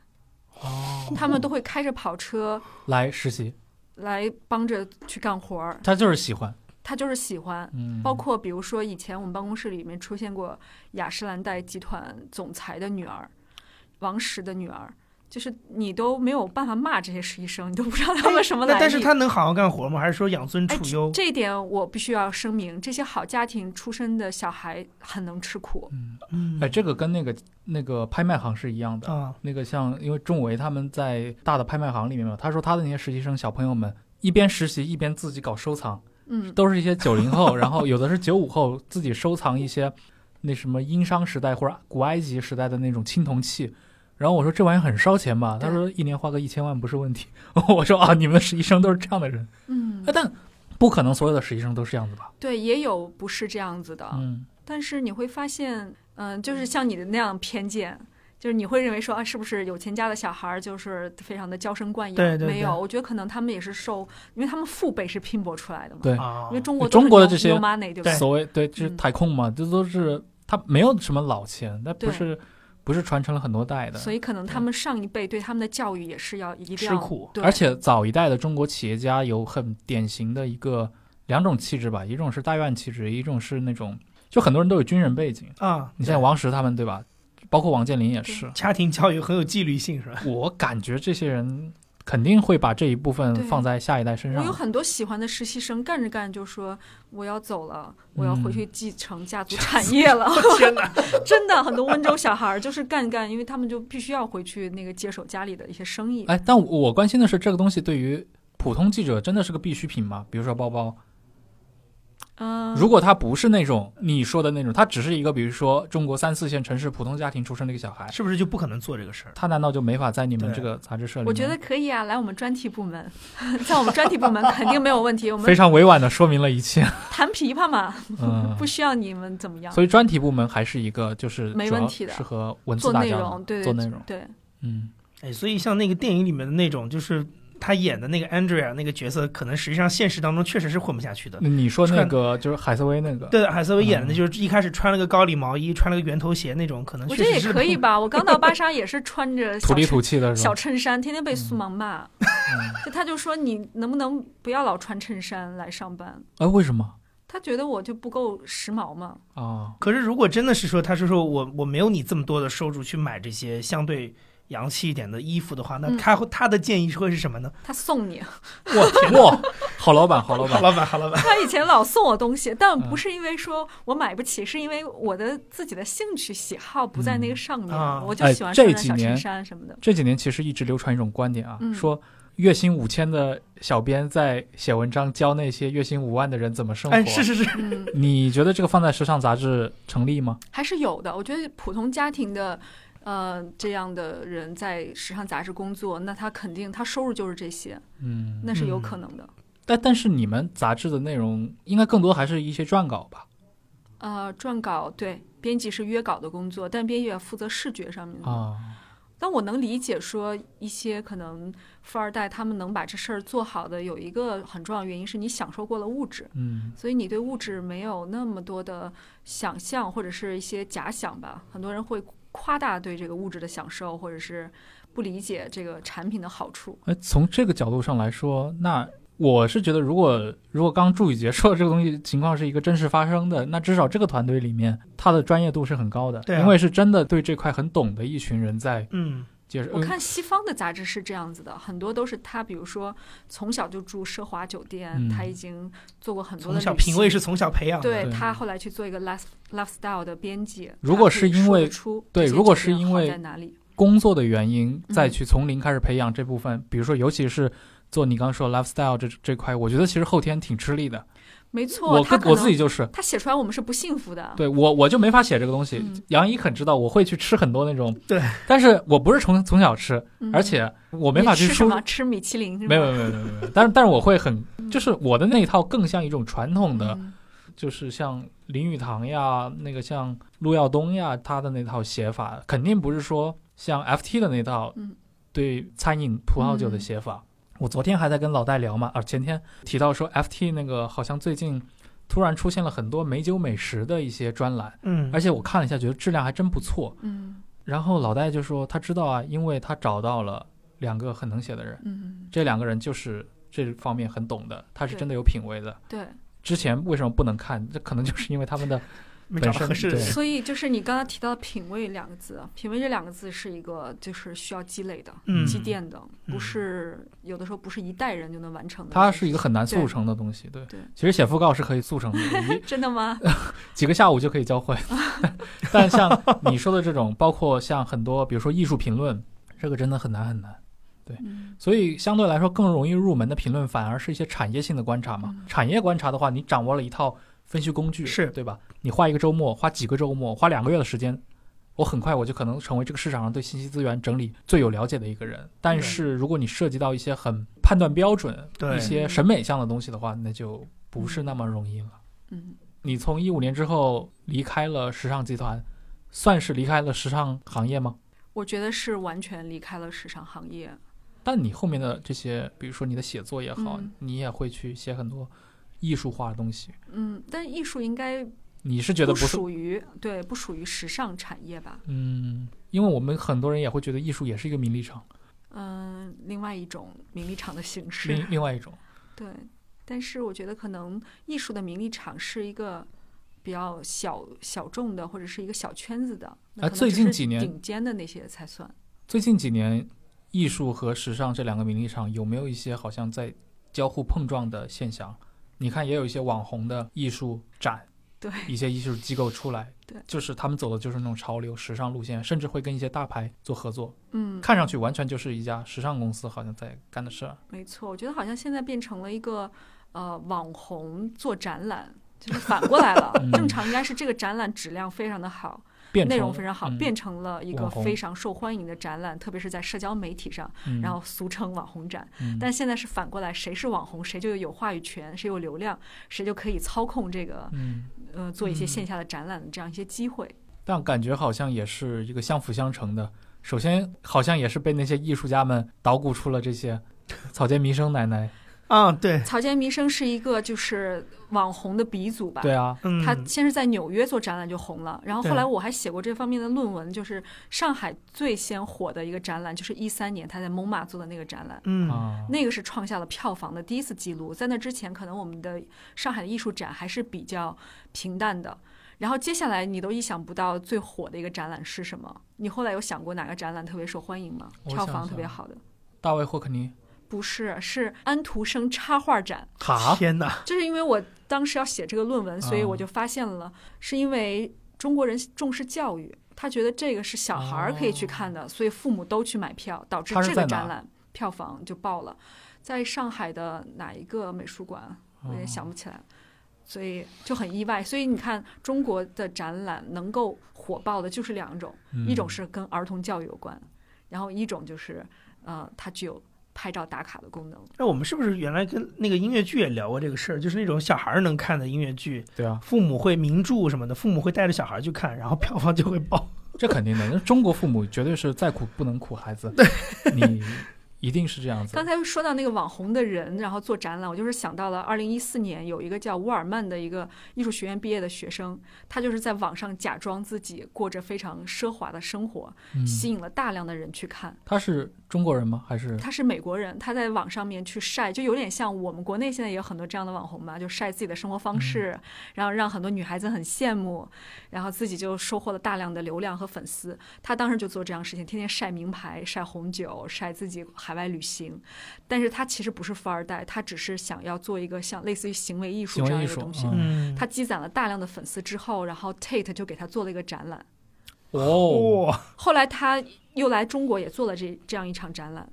哦，
他们都会开着跑车
来实习，
来帮着去干活儿，
他就是喜欢，
他就是喜欢。
嗯，
包括比如说，以前我们办公室里面出现过雅诗兰黛集团总裁的女儿，王石的女儿，就是你都没有办法骂这些实习生，你都不知道他们什么来
哎那
历。
但是他能好好干活吗？还是说养尊
哎
处优？
这一点我必须要声明，这些好家庭出身的小孩很能吃苦。
嗯
哎，这个跟那个那个拍卖行是一样的。
啊，
那个像，因为仲维他们在大的拍卖行里面嘛，他说他的那些实习生小朋友们一边实习一边自己搞收藏，
嗯，
都是一些九零后， <laughs> 然后有的是九五后自己收藏一些那什么殷商时代或者古埃及时代的那种青铜器。然后我说这玩意儿很烧钱吧？他说一年花个一千万不是问题。 <laughs> 我说啊，你们的实习生都是这样的人，
嗯
哎，，但不可能所有的实习生都是这样子吧？
对，也有不是这样子的，
嗯，
但是你会发现，嗯、就是像你的那样偏见。就是你会认为说啊，是不是有钱家的小孩儿就是非常的娇生惯养？
对对
没有，
对
我觉得可能他们也是受，因为他们父辈是拼搏出来的嘛。
对
啊
因为中国
中国的这
都是
些
no- no money 对吧？
所谓对，就是
嗯
台控嘛，这都是他没有什么老钱，那不
对
是不是传承了很多代的。
所以可能他们上一辈对他们的教育也是要一定
吃
要
苦，
对，
而且早一代的中国企业家有很典型的一个两种气质吧，一种是大院气质，一种是那种就很多人都有军人背景。
啊，
你像王石他们对吧？包括王健林也是。
家庭教育很有纪律性是吧？
我感觉这些人肯定会把这一部分
对
放在下一代身
我有
上。
很多喜欢的实习生，干着干着就说我要走了，我要回去继承家族产业了。
天哪，
<laughs> 真的，很多温州小孩儿就是干着干着，因为他们就必须要回去那个接手家里的一些生意。
哎，但我我关心的是这个东西对于普通记者真的是个必需品吗？比如说包包，
嗯，
如果他不是那种你说的那种，他只是一个比如说中国三四线城市普通家庭出身的一个小孩，
是不是就不可能做这个事儿？
他难道就没法在你们
对
这个杂志社里面？
我觉得可以啊，来我们专题部门， <laughs> 在我们专题部门肯定没有问题。我
非
们
常委婉的说明了一
<laughs>
切。
弹琵琶嘛，
嗯
不，需要你们怎么样
所以专题部门还是一个就是
没
主要
问题的
适合文字
做
大
内
家
容，
嘛
对
做内容，
对，
嗯，
哎，所以像那个电影里面的那种，就是他演的那个 Andrea 那个角色，可能实际上现实当中确实是混不下去的。
那你说那
穿
个就是海瑟薇那个，
对，海瑟薇演的
嗯
就是一开始穿了个高领毛衣，穿了个圆头鞋那种，可能
我
确
觉得
实
也
是
可以吧。我刚到巴莎也是穿着
土
小
里
衬
土气的是吧
小？衬衫，天天被苏芒骂，
嗯
就他就说你能不能不要老穿衬衫来上班？
哎，为什么
他觉得我就不够时髦嘛。 <laughs>
啊？
可是如果真的是说，他是说我我没有你这么多的收入去买这些相对洋气一点的衣服的话，那
嗯
他、他的建议是会是什么呢？
他
<laughs>
送你，
哇哇，好老板，好老
好
板，
老板，好老板，
他以前老送我东西，
嗯
但不是因为说我买不起，是因为我的自己的兴趣喜好不在那个上面，
嗯啊
我就喜欢
哎这
穿
几
小
年
衬衫什
<laughs>
么的。
这几年其实一直流传一种观点啊，
嗯
说月薪五千的小编在写文章教那些月薪五万的人怎么生活。
哎，是是是，
嗯，
你觉得这个放在时尚杂志成立吗？
还是有的。我觉得普通家庭的，呃，这样的人在时尚杂志工作，那他肯定他收入就是这些，
嗯，
那是有可能的。
但但是你们杂志的内容应该更多还是一些撰稿吧？
呃，撰稿对，编辑是约稿的工作，但编辑也负责视觉上面的。
啊，
但我能理解说一些可能富二代他们能把这事儿做好的，有一个很重要的原因是你享受过了物质。
嗯，
所以你对物质没有那么多的想象或者是一些假想吧。很多人会夸大对这个物质的享受，或者是不理解这个产品的好处。
哎，从这个角度上来说，那我是觉得，如果如果刚祝宇杰 <laughs> 说的这个东西情况是一个真实发生的，那至少这个团队里面他的专业度是很高的，
对啊
因为是真的对这块很懂的一群人在呃
嗯，
介绍。
我看西方的杂志是这样子的，很多都是他，比如说从小就住奢华酒店，
嗯
他已经做过很多的
从小
旅行
品味是从小培养的，
对
对
他后来去做一个 life lifestyle 的编辑，
如果
他可以
是因
说得
为
出
对
这些
如果
酒
是
店
因
好
为
在哪里，
工作的原因，
嗯
再去从零开始培养这部分，比如说，尤其是做你刚刚说 lifestyle 这这块，我觉得其实后天挺吃力的。
没错，
我
他
跟
可
我自
能
己就是，
他写出来我们是不幸福的，
对我我就没法写这个东西。
嗯
杨一肯知道我会去吃很多那种，
对，
但是我不是从从小吃，
嗯
而且我没法
你
去
吃什
输
么吃米其林是
<laughs>
吗？
没有没有没有没有，没有但是但是我会很，就是我的那一套更像一种传统的，
嗯
就是像林语堂呀，那个像陆耀东呀，他的那套写法，肯定不是说像 FT 的那套
嗯，
对餐饮葡萄酒的写法。我昨天还在跟老戴聊嘛，啊，前天提到说 FT 那个好像最近突然出现了很多美酒美食的一些专栏，
嗯
而，且我看了一下，觉得质量还真不错。
嗯
然后老戴就说他知道啊，因为他找到了两个很能写的人。
嗯，
这两个人就是这方面很懂的，他是
对
真的有品位的。
对，
之前为什么不能看？这可能就是因为他们
<laughs>
的
没找
本
到
身
合适的
对
人，
所以就是你刚才提到“品味”两个字，“啊品味”这两个字是一个就是需要积累的、
嗯
积淀的，
嗯
不是有的时候不是一代人就能完成的。
它是一个很难速成的东西。对，
对
其实写讣告是可以速成的，一
真的吗？
<laughs> 几个下午就可以教会。 <laughs> 但像你说的这种，包括像很多，比如说艺术评论，这个真的很难很难。
嗯
所以相对来说，更容易入门的评论反而是一些产业性的观察嘛。产业观察的话，你掌握了一套分析工具，
嗯是
对吧？你花一个周末，花几个周末，花两个月的时间，我很快我就可能成为这个市场上对信息资源整理最有了解的一个人。但是如果你涉及到一些很判断标准、
对
一些审美上的东西的话，那就不是那么容易了。
嗯，
你从一五年之后离开了时尚集团，算是离开了时尚行业吗？
我觉得是完全离开了时尚行业。
但你后面的这些，比如说你的写作也好，
嗯
你也会去写很多艺术化的东西。
嗯，但艺术应该
你是觉得
不
不是？
属于对不属于时尚产业吧？
嗯，因为我们很多人也会觉得艺术也是一个名利场，
嗯、另外一种名利场的形式
另。另外一种。
对，但是我觉得可能艺术的名利场是一个比较小小众的，或者是一个小圈子的。那
哎
可能
最
只
近
是
几年
顶尖的那些才算。
最近几年，艺术和时尚这两个名利场有没有一些好像在交互碰撞的现象？你看，也有一些网红的艺术展，
对
一些艺术机构出来，
对
就是他们走的就是那种潮流时尚路线，甚至会跟一些大牌做合作，
嗯，
看上去完全就是一家时尚公司好像在干的事儿。
没错，我觉得好像现在变成了一个呃网红做展览，就是反过
<laughs>
来了
嗯。
正常应该是这个展览质量非常的好，
变
内
成
容非常好，
嗯
变成了一个
网红
非常受欢迎的展览，特别是在社交媒体上，
嗯
然后俗称网红展。
嗯
但现在是反过来，谁是网红，谁就有话语权，谁有流量，谁就可以操控这个
嗯，
呃做一些
嗯
线下的展览的这样一些机会。
但感觉好像也是一个相辅相成的。首先，好像也是被那些艺术家们捣鼓出了这些 <laughs> 草间弥生奶奶，
啊，对，
草间弥生是一个就是网红的鼻祖吧？
对啊，
嗯，
他先是在纽约做展览就红了，然后
对
后来我还写过这方面的论文，就是上海最先火的一个展览，就是一三年他在蒙马做的那个展览，
嗯
啊，
那个是创下了票房的第一次记录。在那之前，可能我们的上海的艺术展还是比较平淡的。然后接下来你都意想不到最火的一个展览是什么？你后来有想过哪个展览特别受欢迎吗？
我
票
想
房特
想
别好的
大卫霍克尼，
不是，是安徒生插画展。
哈，
天哪，
就是因为我当时要写这个论文，所以
啊
我就发现了，是因为中国人重视教育，他觉得这个是小孩儿可以去看的，所以父母都去买票，导致
哦它是
这
在
个
哪
展览票房就爆了。在上海的哪一个美术馆，我也
哦
想不起来。所以就很意外，所以你看，中国的展览能够火爆的就是两种，
嗯
一种是跟儿童教育有关，然后一种就是，呃，它具有拍照打卡的功能。
那我们是不是原来跟那个音乐剧也聊过这个事儿？就是那种小孩儿能看的音乐剧，
对啊，
父母会名著什么的，父母会带着小孩儿去看，然后票房就会爆。
这肯定的。那中国父母绝对是再苦不能苦孩子，你一定是这样子
刚。才说到那个网红的人，然后做展览，我就是想到了二零一四年有一个叫沃尔曼的一个艺术学院毕业的学生，他就是在网上假装自己过着非常奢华的生活，
嗯，
吸引了大量的人去看。
他是中国人吗？还是
他是美国人，他在网上面去晒，就有点像我们国内现在也有很多这样的网红嘛，就晒自己的生活方式，
嗯
然后让很多女孩子很羡慕，然后自己就收获了大量的流量和粉丝。他当时就做这样的事情，天天晒名牌、晒红酒、晒自己海外旅行，但是他其实不是富二代，他只是想要做一个像类似于行为艺术
行为
这样一
艺
个
术
东西。
嗯
嗯，
他积攒了大量的粉丝之后，然后 Tate 就给他做了一个展览。
哦，
哇、
后来他又来中国也做了这这样一场展览，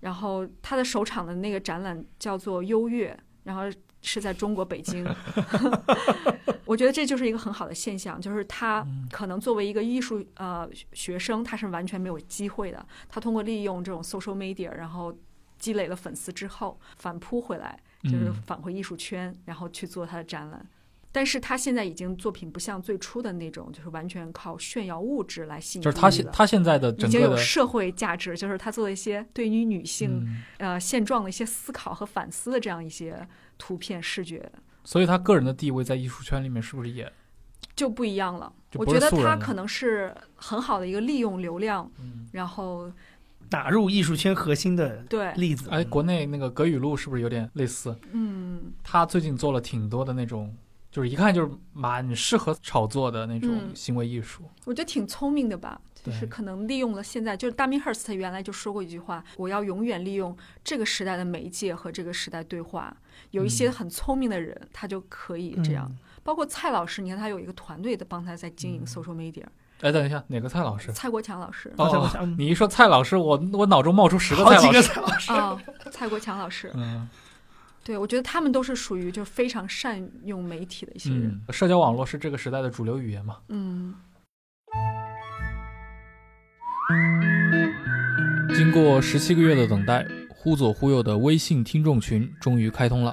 然后他的首场的那个展览叫做《优越》，然后是在中国北京。 <laughs> 我觉得这就是一个很好的现象，就是他可能作为一个艺术呃学生，他是完全没有机会的。他通过利用这种 social media，然后积累了粉丝之后，反扑回来，就是
嗯
返回艺术圈，然后去做他的展览。但是他现在已经作品不像最初的那种，就是完全靠炫耀物质来吸引
就
注
是
意
他现
了。
他现在的
已
整
经
个
有
的，
社会价值，就是他做的一些对于女性、
嗯，
呃现状的一些思考和反思的这样一些图片视觉
所以他个人的地位在艺术圈里面是不是也
就不一样了。
就
我
不
觉
是
得
素人
他
了嗯
可能是很好的一个利用流量，然后
打入艺术圈核心的
对，
例子。
哎，国内那个葛雨露是不是有点类似？
嗯
他最近做了挺多的那种，就是一看就是蛮适合炒作的那种
嗯
行为艺术。
我觉得挺聪明的吧，就
对
是可能利用了现在，就是大明赫斯特原来就说过一句话：我要永远利用这个时代的媒介和这个时代对话。有一些很聪明的人，他就可以
嗯
这样。包括蔡老师，你看他有一个团队的帮他在经营 social media，、
哎，等一下，哪个蔡老
<laughs>
师？
蔡国强老师
哦，
哦
再往下嗯
你一说蔡老师，我我脑中冒出十个
好
蔡
几
老
个
师。
蔡老师，
啊、蔡国强老师，
嗯
对我觉得他们都是属于就非常善用媒体的一些人。
嗯，社交网络是这个时代的主流语言嘛？
嗯，
经过十七个月的等待，忽左忽右的微信听众群终于开通了。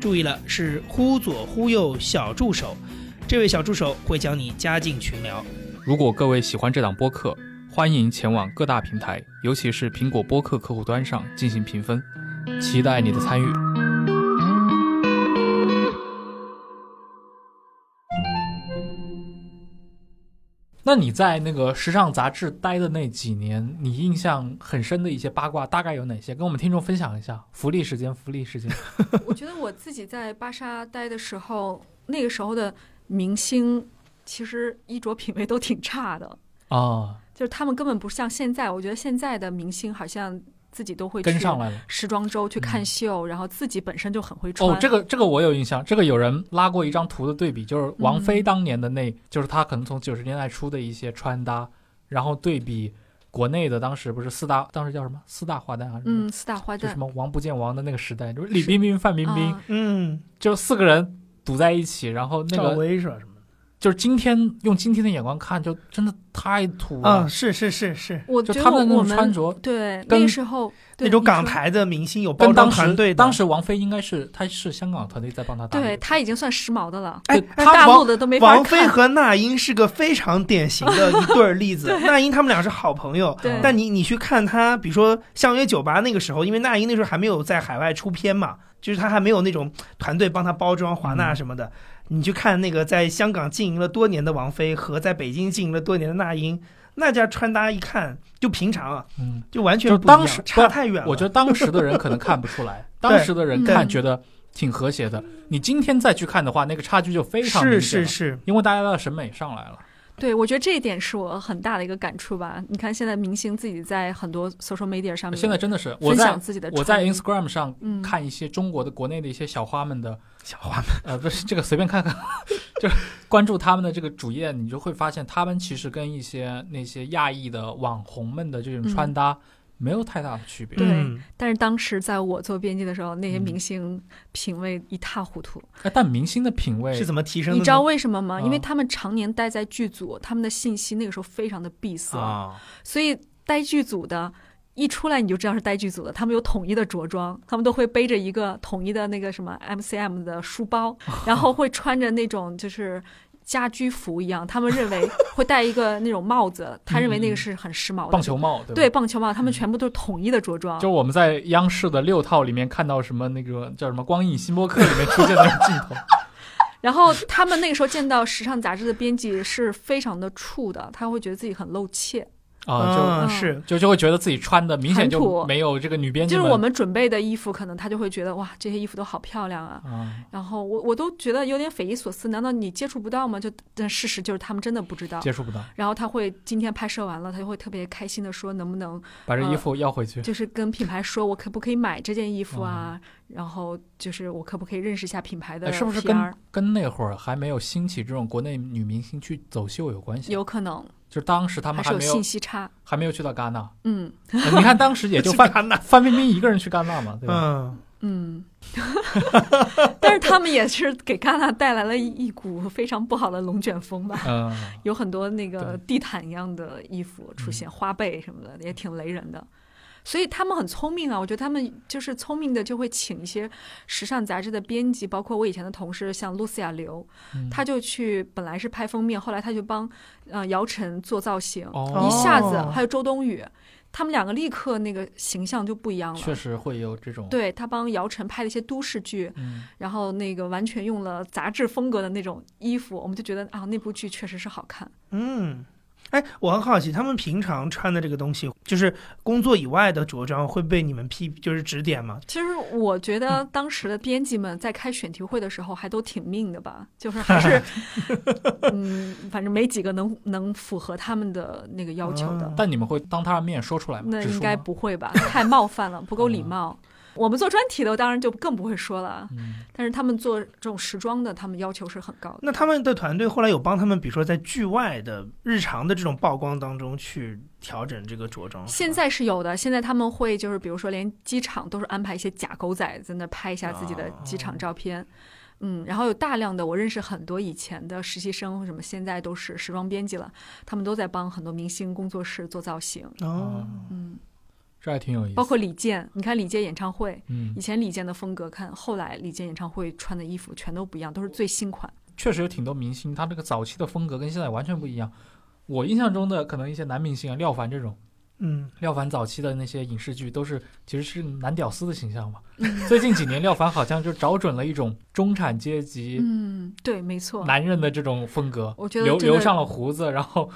注意了，是忽左忽右小助手，这位小助手会将你加进群聊。
如果各位喜欢这档播客，欢迎前往各大平台，尤其是苹果播客客户端上进行评分，期待你的参与。那你在那个时尚杂志待的那几年，你印象很深的一些八卦大概有哪些？跟我们听众分享一下。福利时间，福利 <laughs> 时间。
嗯我觉得我自己在巴莎待的时候，那个时候的明星其实衣着品味都挺差的，
啊，
就是他们根本不像现在。我觉得现在的明星好像自己都会
跟
去
上来了。嗯
时装周去看秀，然后自己本身就很会穿。嗯
哦，这个这个我有印象，这个有人拉过一张图的对比，就是王菲当年的那，就是她可能从九十年代初的一些穿搭，然后对比国内的当时不是四大，当时叫什么四大花旦还是什么
嗯，四大花
就
旦
什么王不见王的那个时代，就是李
是
冰冰、范冰冰，
啊
嗯，
就四个人堵在一起，然后那
赵
个
薇是吧？什么
就是今天用今天的眼光看，就真的太土了，
啊？是是是是，
我
就
觉
他
得
们那
我
种穿
们
着。
对
跟
那时候对
那种
你
港
说
台的明星有包
跟
装
当时
团队的，
当时王菲应该是她是香港团队在帮她打理
对
的，
他已经算时髦的了，
哎
对
哎，
大
王
陆的都没法
王菲
看。
和那英是个非常典型的一对儿
<laughs>
例子。那英他们俩是好朋友，
对
但你你去看她，比如说《相约酒吧》那个时候，因为那英那时候还没有在海外出片嘛，就是她还没有那种团队帮她包装华
嗯
纳什么的。你去看那个在香港经营了多年的王菲和在北京经营了多年的那英，那家穿搭一看就平常啊，
嗯，
就完全
就
不一样
当时
差太 <laughs> 远了。
我觉得当时的人可能看不出
<laughs>
来，当时的人看觉得挺和谐的。你今天再去看的话，那个差距就非常明
是
显
是
了，
是，
因为大家的审美上来了。
对，我觉得这一点是我很大的一个感触吧。你看现在明星自己在很多 social media 上面
现在真的是我
嗯分
在
享自己的
我在
穿
Instagram 上
嗯
看一些中国的国内的一些小花们的，
小花们
呃，不是这个随便看看， <laughs> 就是关注他们的这个主页，你就会发现他们其实跟一些那些亚裔的网红们的这种穿
嗯
搭没有太大的区别。
对
嗯
但是当时在我做编辑的时候，那些
嗯
明星品味一塌糊涂。
哎但明星的品味
是怎么提升的呢？
你知道为什么吗？
啊
因为他们常年待在剧组，他们的信息那个时候非常的闭塞，
啊？
所以待剧组的。一出来你就知道是待剧组的，他们有统一的着装，他们都会背着一个统一的那个什么 MCM 的
<laughs>
书包，然后会穿着那种就是家居服一样，他们
<laughs>
认为会戴一个那种帽子，他认为那个是很时髦
嗯
的
棒球帽对吧？嗯
对棒球帽，他们全部都是统一的着装，
就我们在央视的六套里面看到什么那个叫什么《光影新播客》里面出现的那种镜头，
<laughs> 然后他们那个时候见到时尚杂志的编辑是非常的怵的，他会觉得自己很露怯。
啊，
嗯
嗯
是
就就就会觉得自己穿的明显
很
就
土
没有这个女编辑
就是我们准备的衣服，可能他就会觉得哇，这些衣服都好漂亮啊。
啊，
然后我我都觉得有点匪夷所思，难道你接触不到吗？就但事实就是他们真的不知道。
接触不到，
然后他会今天拍摄完了，他就会特别开心的说，能不能
把这
嗯
衣服要回去。
就是跟品牌说，我可不可以买这件衣服啊？然后就是我可不可以认识一下品牌的
哦哎
PR？
是不是跟跟那会儿还没有兴起这种国内女明星去走秀有关系？，啊
有可能
就是当时他们
还是有
没有
信息差？
还没有去到戛纳， <laughs>
嗯
哎你看当时也就
去
<laughs>
范
戛纳
范冰冰一个人去戛纳嘛，对吧？
嗯，
<laughs>
嗯，但是他们也是给戛纳带来了一一股非常不好的龙卷风吧。
嗯，
有很多那个
对嗯
地毯一样的衣服出现，花呗什么的也挺雷人的。所以他们很聪明啊，我觉得他们就是聪明的，就会请一些时尚杂志的编辑，包括我以前的同事，像露西亚刘，
嗯
他就去本来是拍封面，后来他就帮呃姚晨做造型，
哦
一下子
哦
还有周冬雨，他们两个立刻那个形象就不一样
确
了。
实会有这种，
对他帮姚晨拍了一些都市剧，
嗯，
然后那个完全用了杂志风格的那种衣服，我们就觉得啊，那部剧确实是好看。
嗯，哎，我很好奇，他们平常穿的这个东西，就是工作以外的着装，会被你们批，就是指点吗？
其实我觉
嗯
得当时的编辑们在开选题会的时候还都挺命的吧，就是
<laughs>
还是，嗯，反正没几个能能符合他们的那个要求的。
嗯
但你们会当他的面说出来吗？
那
嗯直
应
说
该
吗
不会吧？太冒犯了，不够礼貌。我们做专题的当然就更不会说了，啊
嗯，
但是他们做这种时装的，他们要求是很高的。
那他们的团队后来有帮他们，比如说在剧外的日常的这种曝光当中去调整这个着装。是吧
现在是有的，现在他们会就是比如说连机场都是安排一些假狗仔在那拍一下自己的
啊
机场照片。嗯，然后有大量的我认识很多以前的实习生或什么，现在都是时装编辑了，他们都在帮很多明星工作室做造型，
哦，
嗯，
这还挺有意思。
包括李健，你看李健演唱会，
嗯
以，前李健的风格看，后来李健演唱会穿的衣服全都不一样，都是最新款。
确实有挺多明星，他这个早期的风格跟现在完全不一样。我印象中的可能一些男明星啊，廖凡这种，
嗯，
廖凡早期的那些影视剧都是其实是男屌丝的形象嘛。
嗯
最近几年，廖凡好像就找准了一种中产阶级
嗯，对，没错。
男人的这种风格，
我觉得
留
真的
留上了胡子，然后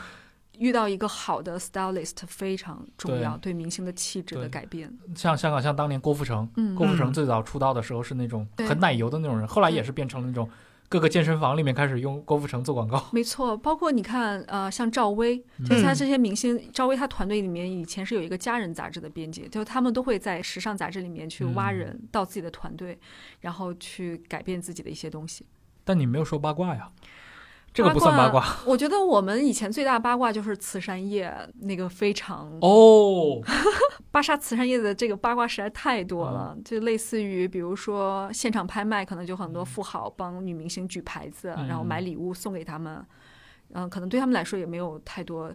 遇到一个好的 stylist 非常重
对
要，对明星的气质的
对
改变。
像香港像当年郭富城，
嗯，
郭富城最早出道的时候是那种
对
很奶油的那种人，后来也是变成了那种各个健身房里面开始用郭富城做广告。
没错，包括你看，呃，像赵薇，
嗯
就是他这些明星，赵薇她团队里面以前是有一个《家人》杂志的编辑，就是他们都会在时尚杂志里面去挖
嗯
人到自己的团队，然后去改变自己的一些东西。
但你没有说八卦呀，这个不算八卦
我觉得我们以前最大八卦就是慈善业那个非常，
哦。
巴莎慈善业的这个八卦实在太多了，
嗯
就类似于比如说现场拍卖，可能就很多富豪帮女明星举牌子，
嗯
然后买礼物送给他们，嗯、可能对他们来说也没有太多。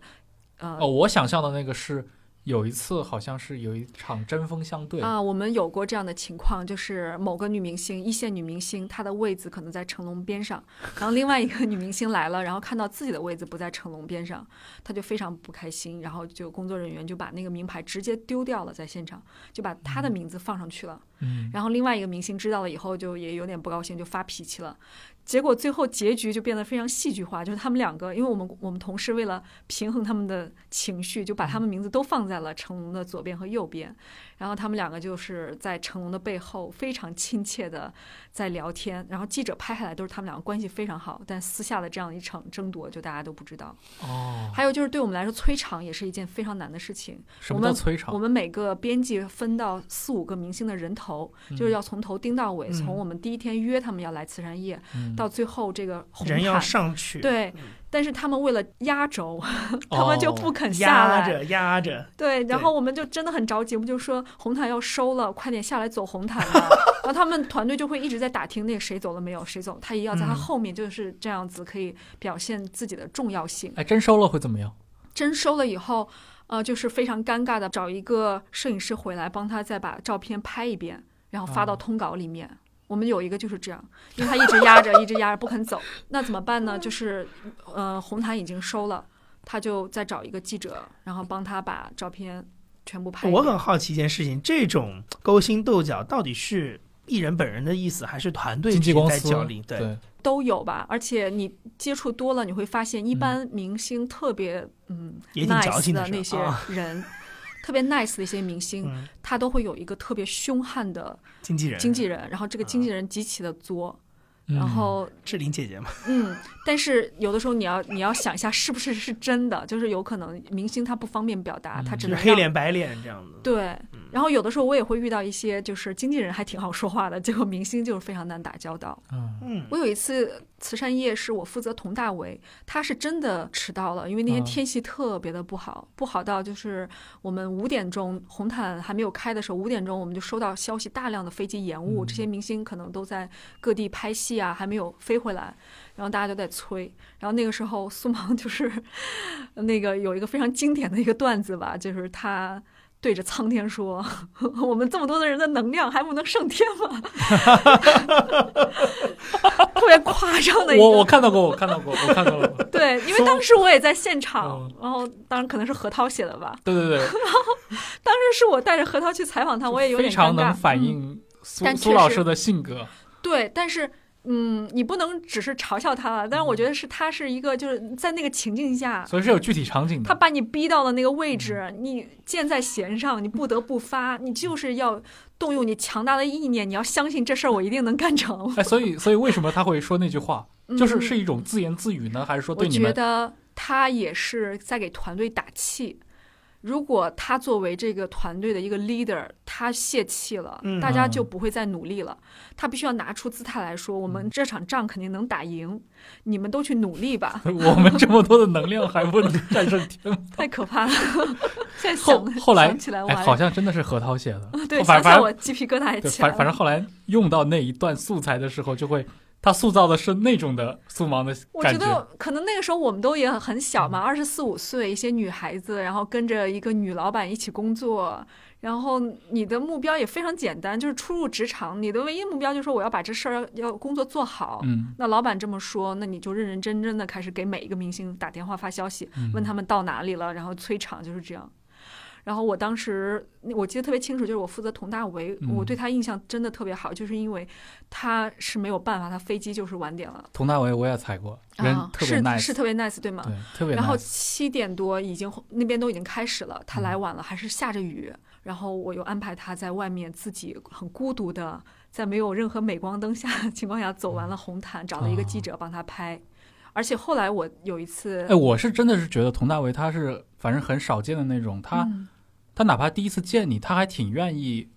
呃，
哦，我想象的那个是有一次，好像是有一场针锋相对，
啊，我们有过这样的情况，就是某个女明星，一线女明星，她的位子可能在成龙边上，然后另外一个女明星来了，然后看到自己的位子不在成龙边上，她就非常不开心，然后就工作人员就把那个名牌直接丢掉了，在现场就把她的名字放上去了。
嗯，
然后另外一个明星知道了以后，就也有点不高兴，就发脾气了。结果最后结局就变得非常戏剧化，就是他们两个，因为我们我们同事为了平衡他们的情绪，就把
嗯
他们名字都放在了成龙的左边和右边，然后他们两个就是在成龙的背后非常亲切的在聊天，然后记者拍下来都是他们两个关系非常好，但私下的这样一场争夺就大家都不知道。
哦，
还有就是对我们来说，催场也是一件非常难的事情，
什
我
么
们
叫催
我
场？
们每个编辑分到四五个明星的人头，
嗯
就是要从头盯到尾，
嗯
从我们第一天约他们要来慈善夜，
嗯
到最后这个红
人要
毯
上嗯去，，
对，但是他们为了压轴，他们就
哦
不肯下
压
来。
着压着，
对，然
对
后我们就真的很着急，我们就说红毯要收了，快点下来走
<laughs>
红毯吧。然后他们团队就会一直在打听那个谁走了没有，谁走，他也要在他
嗯
后面，就是这样子可以表现自己的重要性。
哎，真收了会怎么样？
真收了以后，呃，就是非常尴尬的找一个摄影师回来帮他再把照片拍一遍，然后发
哦
到通稿里面。我们有一个就是这样，因为他一直压着，一直压着不肯走，那怎么办呢？就是，呃，红毯已经收了，他就再找一个记者，然后帮他把照片全部拍一遍。
哦我很好奇一件事情，这种勾心斗角到底是艺人本人的意思，还是团队
经纪公
在
司
角力？对，
对，
都有吧，而且你接触多了，你会发现一般明星特别嗯
嗯也挺矫
nice
情的
的
是吧
那些
啊
人，特别 nice 的一些明星，
嗯，
他都会有一个特别凶悍的
经纪人，
经纪人，然后这个经纪人极其的作，
嗯
<laughs> 然后
志玲姐姐嘛，
嗯，但是有的时候你要你要想一下是不是是真的，就是有可能明星他不方便表达，
嗯
他只
就是
能
黑
让
脸白脸这样子。
对。然后有的时候我也会遇到一些就是经纪人还挺好说话的，结果明星就是非常难打交道。
嗯，
嗯，
我有一次慈善夜是我负责佟大为，他是真的迟到了，因为那
嗯
天天气特别的不好，不好到就是我们五点钟红毯还没有开的时候，五点钟我们就收到消息，大量的飞机延误，这些明星可能都在各地拍戏啊，还没有飞回来，然后大家都在催，然后那个时候苏芒就是 <laughs> 那个有一个非常经典的一个段子吧，就是他。对着苍天说：“ <laughs> 我们这么多的人的能量还不能上天吗？” <laughs> 特别夸张的一个，
我我看到过，我看到过，我看
<laughs>
到过。
对，因为
说
当时我也在现场
嗯，
然后当然可能是何涛写的吧。
对对对，
<laughs> 当时是我带着何涛去采访他，我也有
非
点尴
常能
尬。嗯
反映苏
但确
苏老
实
师的性格。
对，但是嗯，你不能只是嘲笑他了。但是我觉得是他是一个就是在那个情境下，
嗯所以是有具体场景
啊他
的。
把你逼到了那个位置，你箭在弦上，你不得不发，你就是要动用你强大的意念，你要相信这事儿我一定能干成。
哎，所以所以为什么他会说那句话？
嗯
就是是一种自言自语呢，还是说
我
对你
觉
们。
得他也是在给团队打气，如果他作为这个团队的一个 leader，他泄气了，
嗯
大家就不会再努力了。他必须要拿出姿态来说，我们这场仗肯定能打赢，你们都去努力吧
<laughs> 我们这么多的能量还不能 <laughs> 战胜天吗？
太可怕了！现在
后
想
后来
想起来我
哎，
还
好像真的是核桃写的。
<laughs> 对，
反反
想想
正
我鸡皮疙瘩
<laughs>
还
对，
起来
反
了。
反正后来用到那一段素材的时候，就会他塑造的是那种的苏芒的
我
感
觉
觉。
得可能那个时候我们都也很小嘛，二十四五岁，一些女孩子，然后跟着一个女老板一起工作，然后你的目标也非常简单，就是初入职场，你的唯一目标就是说我要把这事儿要要工作做好。
嗯，
那老板这么说，那你就认认真真的开始给每一个明星打电话发消息，
嗯
问他们到哪里了，然后催场就是这样。然后我当时我记得特别清楚，就是我负责佟大为，
嗯
我对他印象真的特别好，就是因为他是没有办法，他飞机就是晚点了，
佟大为我也踩过，人
啊，
特别
是
nice，
是特别 nice 对吗？
对，特别
然后
nice。
七点多已经那边都已经开始了，他
嗯
来晚了，还是下着雨。然后我又安排他在外面自己很孤独的，在没有任何镁光灯下的情况下走完
嗯
了红毯，找了一个记者帮他拍。而且后来我有一次
哎，，我是真的是觉得佟大为他是反正很少见的那种，他、
嗯
他哪怕第一次见你，他还挺愿意，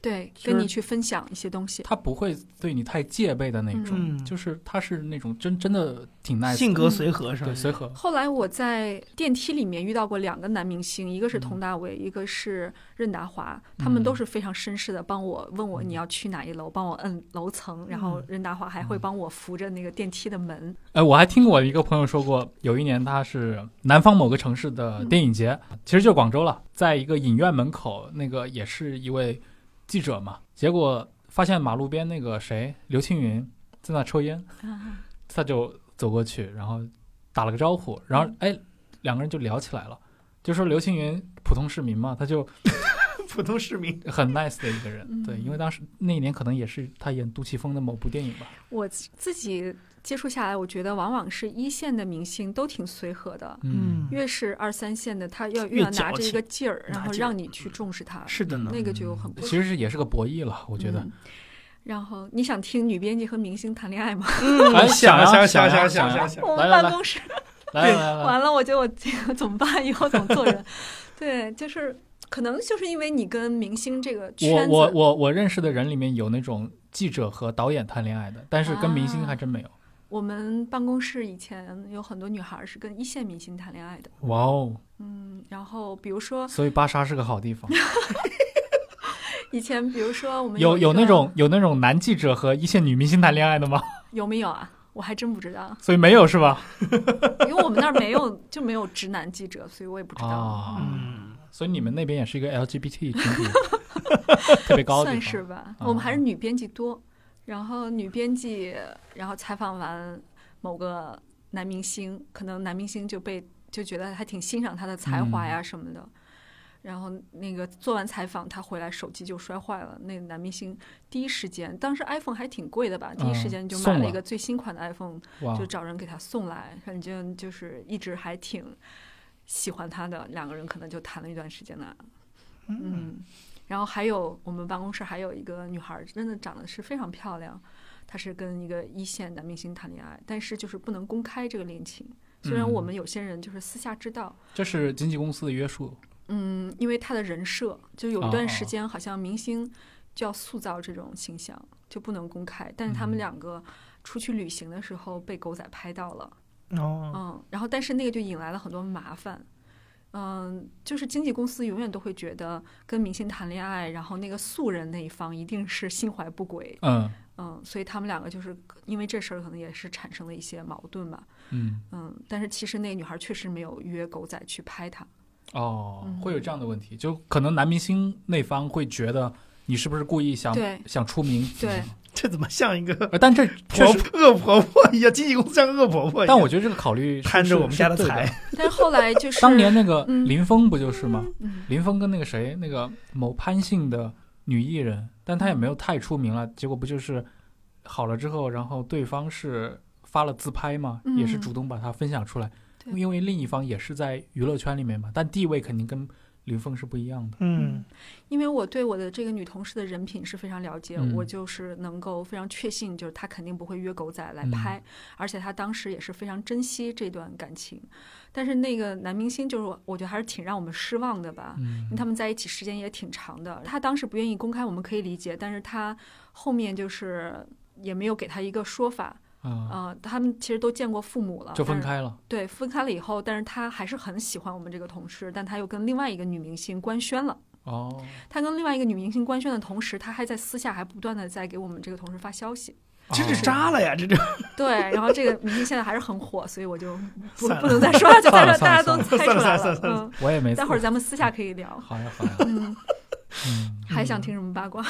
对
就是
跟你去分享一些东西，
他不会对你太戒备的那种，
嗯，
就是他是那种真真的挺 nice，
性格随和是吧
对，？随和。
后来我在电梯里面遇到过两个男明星，一个是
嗯
佟大为，一个是任达华，他们都是非常绅士的，帮我问我你要去哪一楼，帮我摁楼层，然
嗯
后任达华还会帮我扶着那个电梯的门。
哎，我还听我一个朋友说过，有一年他是南方某个城市的
嗯
电影节，其实就是广州了，在一个影院门口，那个也是一位记者嘛，结果发现马路边那个谁刘青云在那抽烟，
啊
他就走过去，然后打了个招呼，然
嗯
后哎，两个人就聊起来了，就说刘青云普通市民嘛，他就
普通市民。
很 nice 的一个人，
嗯
对，因为当时那一年可能也是他演杜琪峰的某部电影吧，
<laughs> 我自自己接触下来，我觉得往往是一线的明星都挺随和的，
嗯，
越是二三线的，他要
越
越要
矫
拿着一
情
个劲儿，然
拿
后
劲儿
让你去重视他，
是的呢，
那个就很不
嗯其实是也是个博弈了，我觉得。
嗯然后你想听女编辑和明星谈恋爱吗？
哎，
嗯 <laughs> 想啊
呀
想
想呀想啊
想
呀
想啊
想呀，
我
来
们
来
办公室
来来来来，
完了，我觉得我怎么办？以后怎么
<laughs>
做人？对，就是可能就是因为你跟明星这个圈
我
子，
我我我认识的人里面有那种记者和导演谈恋爱的，但是跟明
啊
星还真没有。
我们办公室以前有很多女孩是跟一线明星谈恋爱的。
哇哦，
嗯，然后比如说
所以巴沙是个好地
<laughs>
方，
以前，比如说我们
有
有
有
一个
那种有那种男记者和一线女明星谈恋爱的吗？，
有没有啊？我还真不知道
所以没有是吧？
因为我们那儿没有就没有直男记者，所以我也不知道。
啊，
嗯，
所以你们那边也是一个 LGBT 群体 <laughs> 特别高的地方
算是吧。
啊
我们还是女编辑多，然后女编辑，然后采访完某个男明星，可能男明星就被就觉得还挺欣赏他的才华
嗯
呀什么的。然后那个做完采访，他回来手机就摔坏了。那个男明星第一时间，当时 iPhone 还挺贵的吧，第一时间就
嗯送
买了
了
一个最新款的 iPhone，
哇哦
就，找人给他送来。反正就是一直还挺喜欢他的，两个人可能就谈了一段时间了。嗯，然后还有我们办公室还有一个女孩儿，真的长得是非常漂亮，她是跟一个一线男明星谈恋爱，但是就是不能公开这个恋情。虽然
嗯
我们有些人就是私下知道，
这是经纪公司的约束。
嗯，因为她的人设，就有
哦
一
哦
段时间好像明星就要塑造这种形象，就不能公开。但是他
嗯
们两个出去旅行的时候被狗仔拍到了，
哦，
嗯，然后但是那个就引来了很多麻烦。嗯，就是经纪公司永远都会觉得跟明星谈恋爱，然后那个素人那一方一定是心怀不轨，
嗯
嗯，所以他们两个就是因为这事儿可能也是产生了一些矛盾吧，
嗯，
嗯，但是其实那个女孩确实没有约狗仔去拍她，
哦
嗯，
会有这样的问题，就可能男明星那方会觉得你是不是故意想
对
想出名？
对，
这怎么像一 <laughs> 个
呃，但这确
婆
实，
婆恶婆婆一样？经纪公司像恶婆 <laughs> 婆一样，
但我觉得这个考虑是
贪着我们家的。
是是对
财，
但是后来就是
当年那个
<laughs> 嗯
林峰不就是吗？
嗯，
林峰跟那个谁，那个某潘姓的女艺人，但她也没有太出名了，结果不就是好了之后，然后对方是发了自拍嘛，
嗯
也是主动把它分享出来，
对
因为另一方也是在娱乐圈里面嘛，但地位肯定跟吕凤是不一样的。
嗯
因为我对我的这个女同事的人品是非常了解，
嗯
我就是能够非常确信，就是她肯定不会约狗仔来
嗯
拍，而且她当时也是非常珍惜这段感情。但是那个男明星，就是我我觉得还是挺让我们失望的吧，因为
嗯
他们在一起时间也挺长的。他当时不愿意公开，我们可以理解，但是他后面就是也没有给他一个说法
啊，
啊、呃他们其实都见过父母了，
就分
但是
开了。
对，分开了以后，但是他还是很喜欢我们这个同事，但他又跟另外一个女明星官宣了。
哦，
他跟另外一个女明星官宣的同时，他还在私下还不断的在给我们这个同事发消息。
真是
哦
渣了呀！这种
对，然后这个明星现在还是很火，所以我就不
算了
不能再说了，就大
算了
家大家
算
都
了
猜
算
出
了
来
算了算了
嗯，
我也没。
待会儿咱们私下可以聊。
好呀好呀。
<laughs> 嗯，
嗯，
还想听什么八卦？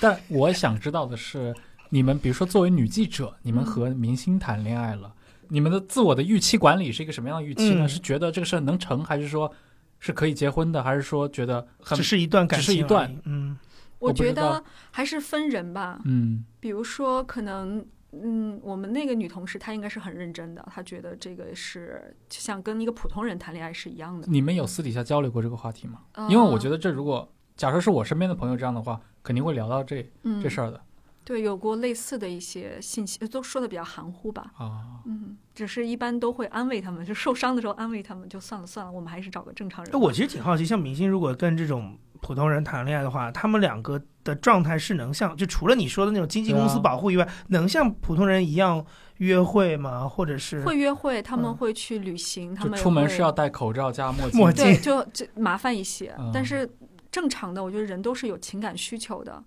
但我想知道的是，你们比如说作为女记者，你们
嗯
和明星谈恋爱了，你们的自我的预期管理是一个什么样的预期呢？
嗯
是觉得这个事儿能成，还是说是可以结婚的，还是说觉得很
只是一段感情而已，
只是一段
嗯
我
我
不知
觉
道
得还是分人吧，
嗯
比如说可能。嗯，我们那个女同事她应该是很认真的，她觉得这个是就像跟一个普通人谈恋爱是一样的。
嗯
嗯
你们有私底下交流过这个话题吗？嗯因为我觉
得
得这如果假设是我身边的朋友这样的话，肯定会聊到这这事
儿、
儿的
嗯对有过类似的一些信息，都说的比较含糊吧。
啊。
嗯，只是一般都会安慰他们，就受伤的时候安慰他们，就算了算了，我们还是找个正常人
哎，
吧。
我其实挺好奇，像明星如果跟这种普通人谈恋爱的话，他们两个的状态是能像就除了你说的那种经纪公司
对啊
保护以外，能像普通人一样约会吗？或者是
会约会，他们
嗯
会去旅行，他
就
们
出门是要
会
戴口罩加墨
墨
镜
镜
对，就就麻烦一些
嗯。
但是正常的，我觉得人都是有情感需求的。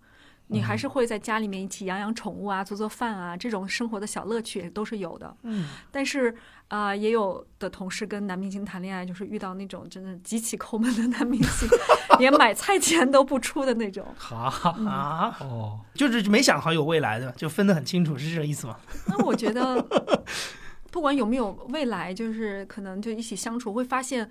你
嗯
还是会在家里面一起养养宠物啊，做做饭啊，这种生活的小乐趣也都是有的。
嗯，
但是啊、也有的同事跟男明星谈恋爱，就是遇到那种真的极其抠门的男明星， <laughs> 连买菜钱都不出的那种。
哈
嗯
啊，
哦，
就是没想好有未来的，就分得很清楚，是这个意思吗？
那我觉得，不管有没有未来，就是可能就一起相处，会发现，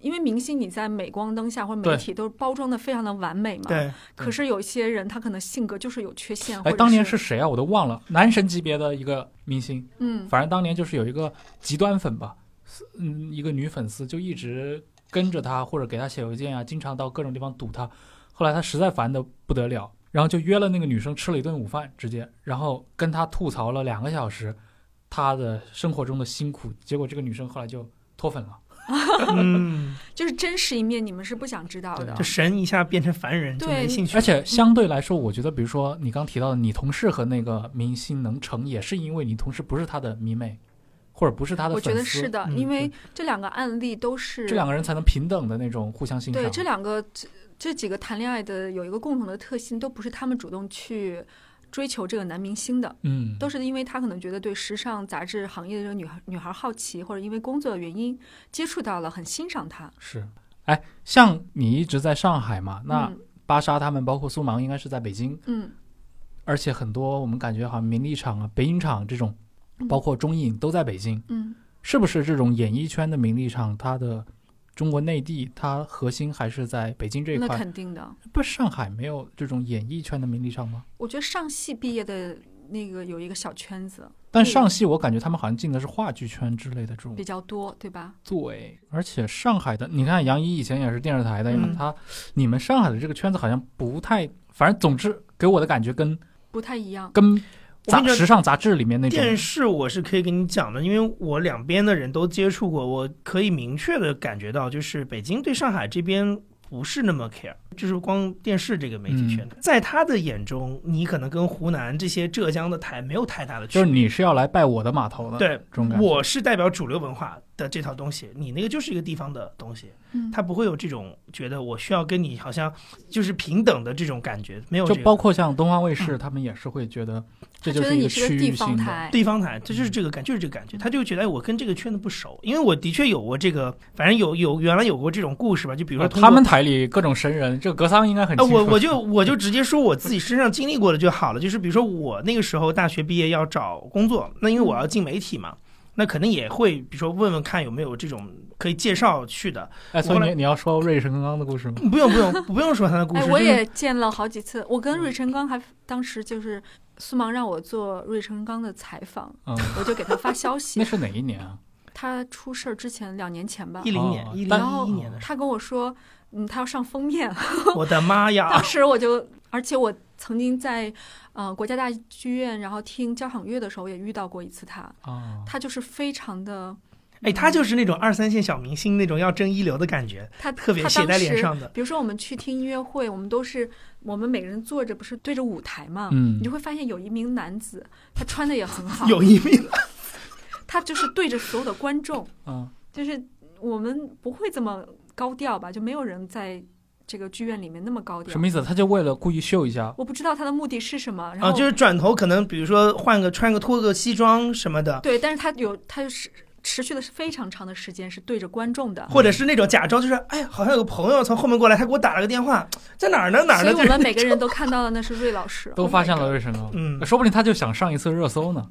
因为明星你在镁光灯下或者媒
对
体都包装的非常的完美嘛。。
对，
可是有一些人，他可能性格就是有缺陷。
哎，
或者
当年是谁啊？我都忘了，男神级别的一个明星。
嗯，
反正当年就是有一个极端粉吧，是嗯，一个女粉丝就一直跟着他，或者给他写邮件啊，经常到各种地方堵他。后来他实在烦的不得了，然后就约了那个女生吃了一顿午饭，直接，然后跟他吐槽了两个小时，他的生活中的辛苦。结果这个女生后来就脱粉了，
嗯，
就是真实一面，你们是不想知道的
啊
就。神一下变成凡人，就
对
没
你
兴趣
而。且相对来说，我觉得，比如说你刚提到的，你同事和那个明星能成，也是因为你同事不是他的迷妹，或者不是他的
我
粉丝，
觉得是的，
嗯
因为这两个案例都是
这两个人才能平等的那种互相欣赏。
对这两个这这几个谈恋爱的有一个共同的特性，都不是他们主动去追求这个男明星的。
嗯，
都是因为他可能觉得对时尚杂志行业的这个女孩女孩好奇，或者因为工作原因接触到了，很欣赏她。
是。哎，像你一直在上海嘛，那
嗯
巴莎他们包括苏芒应该是在北京，
嗯
而且很多我们感觉好像名利场啊、北影厂这种，
嗯
包括中影都在北京，
嗯，
是不是这种演艺圈的名利场，它的中国内地它核心还是在北京这一
那
块？
肯定的。
不，上海没有这种演艺圈的名利场吗？
我觉得上戏毕业的那个有一个小圈子
但
对
上戏我感觉他们好像进的是话剧圈之类的这种
比较多，对吧？
对，而且上海的，你看杨一以前也是电视台的呀，
嗯
他你们上海的这个圈子好像不太，反正总之给我的感觉跟
不太一样。
跟
我跟
杂
你讲
时尚杂志里面那种，
电视我是可以跟你讲的，因为我两边的人都接触过，我可以明确的感觉到，就是北京对上海这边不是那么 care，就是光电视这个媒体
嗯
圈，在他的眼中，你可能跟湖南这些浙江的台没有太大的区
就是
别。
你是要来拜我的码头的，，
对
这种感，觉
我是代表主流文化的这套东西，你那个就是一个地方的东西，
嗯，
他不会有这种觉得我需要跟你好像就是平等的这种感觉，没有、这
就
个。嗯
包括像东方卫视，他们也是会觉得这
他
就
觉得
一个
你是
区
个地
域
方
性的，
台，
地方台，这就是这个感，就是这个感觉。他就觉得，哎，我跟这个圈子不熟，因为我的确有过这个，反正有有原来有过这种故事吧，就比如说
呃
通
他
过
们。台里各种神人，这个格桑应该很
啊，
清楚。
我我就我就直接说我自己身上经历过的就好了，就是比如说我那个时候大学毕业要找工作，那因为我要进媒体嘛，那肯定也会比如说问问看有没有这种可以介绍去的，
哎，所
我
以
来
你你要说瑞士刚刚的故事吗？
不用不用不用说他的故事，
哎，
就是
我也见了好几次。
嗯
我跟芮成钢还当时就是苏芒让我做芮成钢的采访，
嗯，
我就给他发消
<laughs>
息
那。是哪一年啊？
他出事儿之前两年前吧，
一零年
哦、
一零
然后
一一年的时
他跟我说，嗯，他要上封面了。
候，我的妈呀
<laughs> 当！时我就，而且我曾经在呃国家大剧院，然后听交响乐的时候也遇到过一次他，
啊，
他就是非常的，
哎，
嗯
他就是那种二三线小明星那种要争一流的感觉，
他
特别写在脸。
他当时
上的。
比如说我们去听音乐会，我们都是我们每个人坐着不是对着舞台嘛，
嗯
你就会发现有一名男子，他穿的也很好，
有一
哦
名
他就是对着所有的观众，
嗯
就是我们不会这么高调吧，就没有人在这个剧院里面那么高调
什。么意思？他就为了故意秀一下，
我不知道他的目的是什么，然后、
啊，就是转头可能比如说换个穿个脱个西装什么的，
对，但是他有，他就是持续的是非常长的时间是对着观众的。
或者是那种假装就是哎，好像有个朋友从后面过来，他给我打了个电话，在哪儿呢？哪儿
所
呢？
以
就
我
是
们每个人都看到了，那是瑞老师。
Oh
都发现了为什么？
嗯
说不定他就想上一次热搜呢。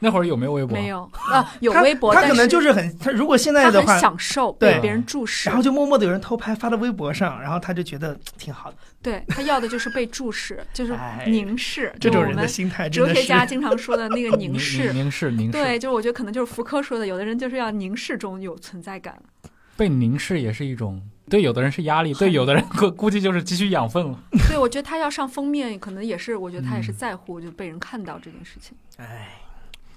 那会儿有没有微博？
没有啊， <laughs> 有
他
微博，
他
但
可能就是很他如果现在
他
的
很
话，
享受被
对
别人注视
然，后就默默的有人偷拍发到微博上，然后他就觉得挺好的。
对他要的就是被注视，就是
哎
凝视，
这
就
种
我
人的
们
心态真
哲
的
学
是
家经常说的那个凝
凝
视
凝。凝视凝视，
对，就是我觉得可能就是福柯说的，有的人就是要凝视中有存在感。
被凝视也是一种对有的人是压力，对有的人估估计就是汲取养分了。
对，我觉得他要上封面，可能也是，我觉得他也是在乎就被人看到这件事情。
哎。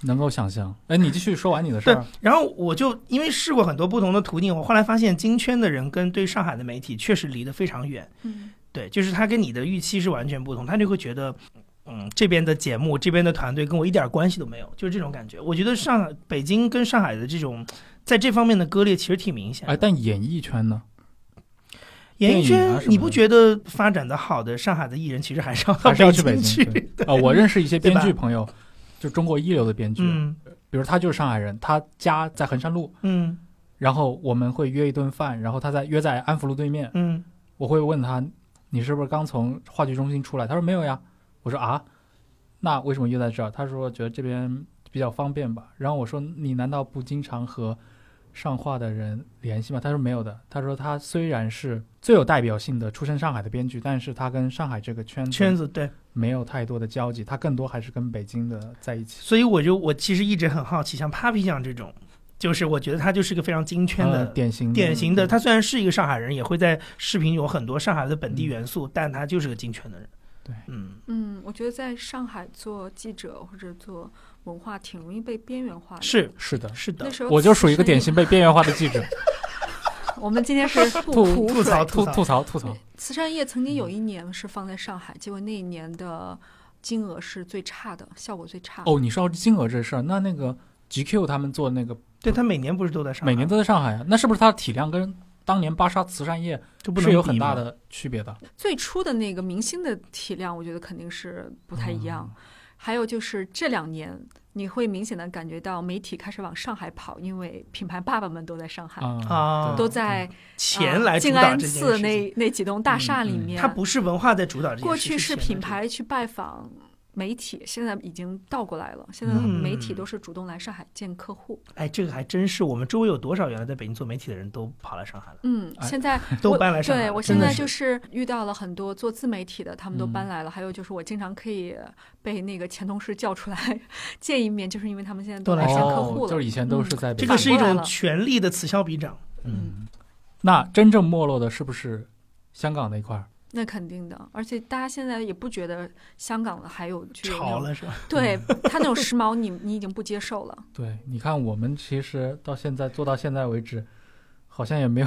能够想象。哎，你继续说完你的事
对
儿。，
然后我就因为试过很多不同的途径，我后来发现金圈的人跟对上海的媒体确实离得非常远。
嗯，
对，就是他跟你的预期是完全不同，他就会觉得，嗯，这边的节目、这边的团队跟我一点关系都没有，就是这种感觉。我觉得上海、北京跟上海的这种在这方面的割裂其实挺明显的。
哎，但演艺圈呢？
演
电影啊
艺圈
什么，的
你不觉得发展的好的上海的艺人其实还是要
还是要去
北
北
去
京？对啊，我认识一些编
对
剧
吧
朋友，就中国一流的编剧，
嗯
比如他就是上海人，他家在衡山路，
嗯
然后我们会约一顿饭，然后他在约在安福路对面，
嗯，
我会问他你是不是刚从话剧中心出来？他说没有呀。我说啊，那为什么约在这儿？他说觉得这边比较方便吧。然后我说你难道不经常和上画的人联系吗？他说没有的。他说他虽然是最有代表性的出身上海的编剧，但是他跟上海这个圈子
圈子对。
没有太多的交集，他更多还是跟北京的在一起。
所以我就我其实一直很好奇，像 Papi 酱这种，就是我觉得他就是个非常金圈
呃
的。
典型的
典型的，他虽然是一个上海人，也会在视频有很多上海的本地元素，但他就是个金圈的人。
嗯对
嗯，
嗯，我觉得在上海做记者或者做文化，挺容易被边缘化的。
是
是的，
是
那
的，
时候
我就属于一个典
慈
型被边缘化的记者，
善业。我们今
<laughs>
天是
吐 <laughs>
吐
吐槽
吐
吐
槽
吐槽吐槽。
慈善夜曾经
嗯
有一年是放在上海，结果那一年的金额是最差的，效果最差。
哦，你说到金额这事儿，那那个 GQ 他们做那个
对他每年不是都在上海，
每年都在上海啊，那是不是它的体量跟当年巴沙慈善夜
就不能
是有
比
很大
嘛。
的区别的？
最初的那个明星的体量，我觉得肯定是不太一样。
嗯
还有就是这两年，你会明显的感觉到媒体开始往上海跑，因为品牌爸爸们都在上海，
啊
啊
都在
钱
呃
来主
静
导
安
这件
寺
事情，
那那几栋大厦里
嗯嗯
面。
他不是文化在主导这件事，
过去
钱
是
在
品
主导
牌去拜访媒体，现在已经倒过来了，现在
嗯
媒体都是主动来上海见客户。
哎，这个还真是，我们周围有多少原来在北京做媒体的人都跑来上
<laughs>
海了，
嗯，
哎
现在
都
我
搬来上海
对
了。
我
真
现
的
在
是
就是遇到了很多做自媒体的，他们都
嗯
搬来了。还有就是我经常可以被那个前同事叫出来 <laughs> 见一面，就是因为他们现在
都来
来
上
见
海
客户
哦，
了。
就是以前都是在北
嗯这
京
个是一
反过来
种
了
权力的此消彼长。
嗯，
那真正没落的是不是香港那一块儿？
那肯定的。而且大家现在也不觉得香港的还有具有那
潮
种，
了是吧？ <laughs>
对他那种时髦你，你已经不接受了。
对，你看我们其实到现在做到现在为止，好像也没有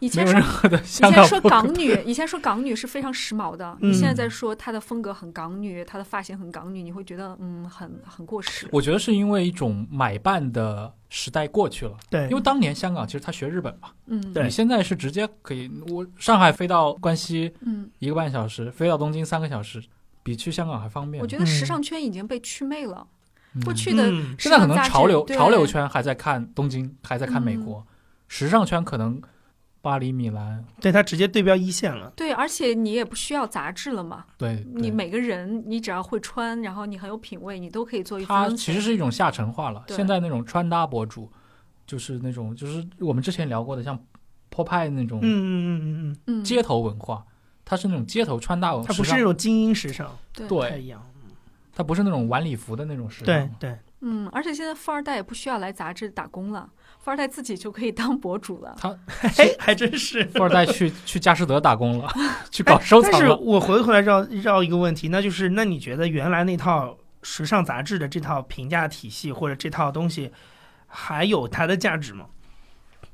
以
没
前
有
说
任何的
以
香
前
港
说
风格
港女，以前说港女是非常时髦的，
嗯
你现在在说她的风格很港女，她的发型很港女，你会觉得嗯，很很过时。
我觉得是因为一种买办的时代过去了，
对
因，为当年香港其实他学日本嘛，
嗯，
对
你现在是直接可以，我上海飞到关西
嗯，
一个半小时，飞到东京三个小时，比去香港还方便。
我觉
嗯
得时尚圈已经被祛魅了，
嗯
过去的
嗯
现在可能
时尚杂志
潮流
对嗯
潮流圈还在看东京，还在看美国，时尚圈可能巴黎、米兰，
对他直接对标一线了。
对，而且你也不需要杂志了嘛，
对，
你
对
每个人你只要会穿，然后你很有品味，你都可以做一
它
番。
其实是一种下沉化了。
对
现在那种穿搭博主，就是那种就是我们之前聊过的，像 p o p e 那种
嗯嗯嗯嗯嗯，
嗯，
街头文化，它是那种街头穿搭文化，
他不
哦时
是
尚
那种精英时尚，
对
不太
对，
一样。
它不是那种晚礼服的那种时尚
对
嘛。
对，
嗯，而且现在富二代也不需要来杂志打工了，富二代自己就可以当博主了。
哎
嘿， <laughs> 还真是。
<laughs> 富二代去去佳士得打工了，去搞收
但
藏
是
了。
我回回来绕绕一个问题，那就是那你觉得原来那套时尚杂志的这套评价体系或者这套东西，还有它的价值吗？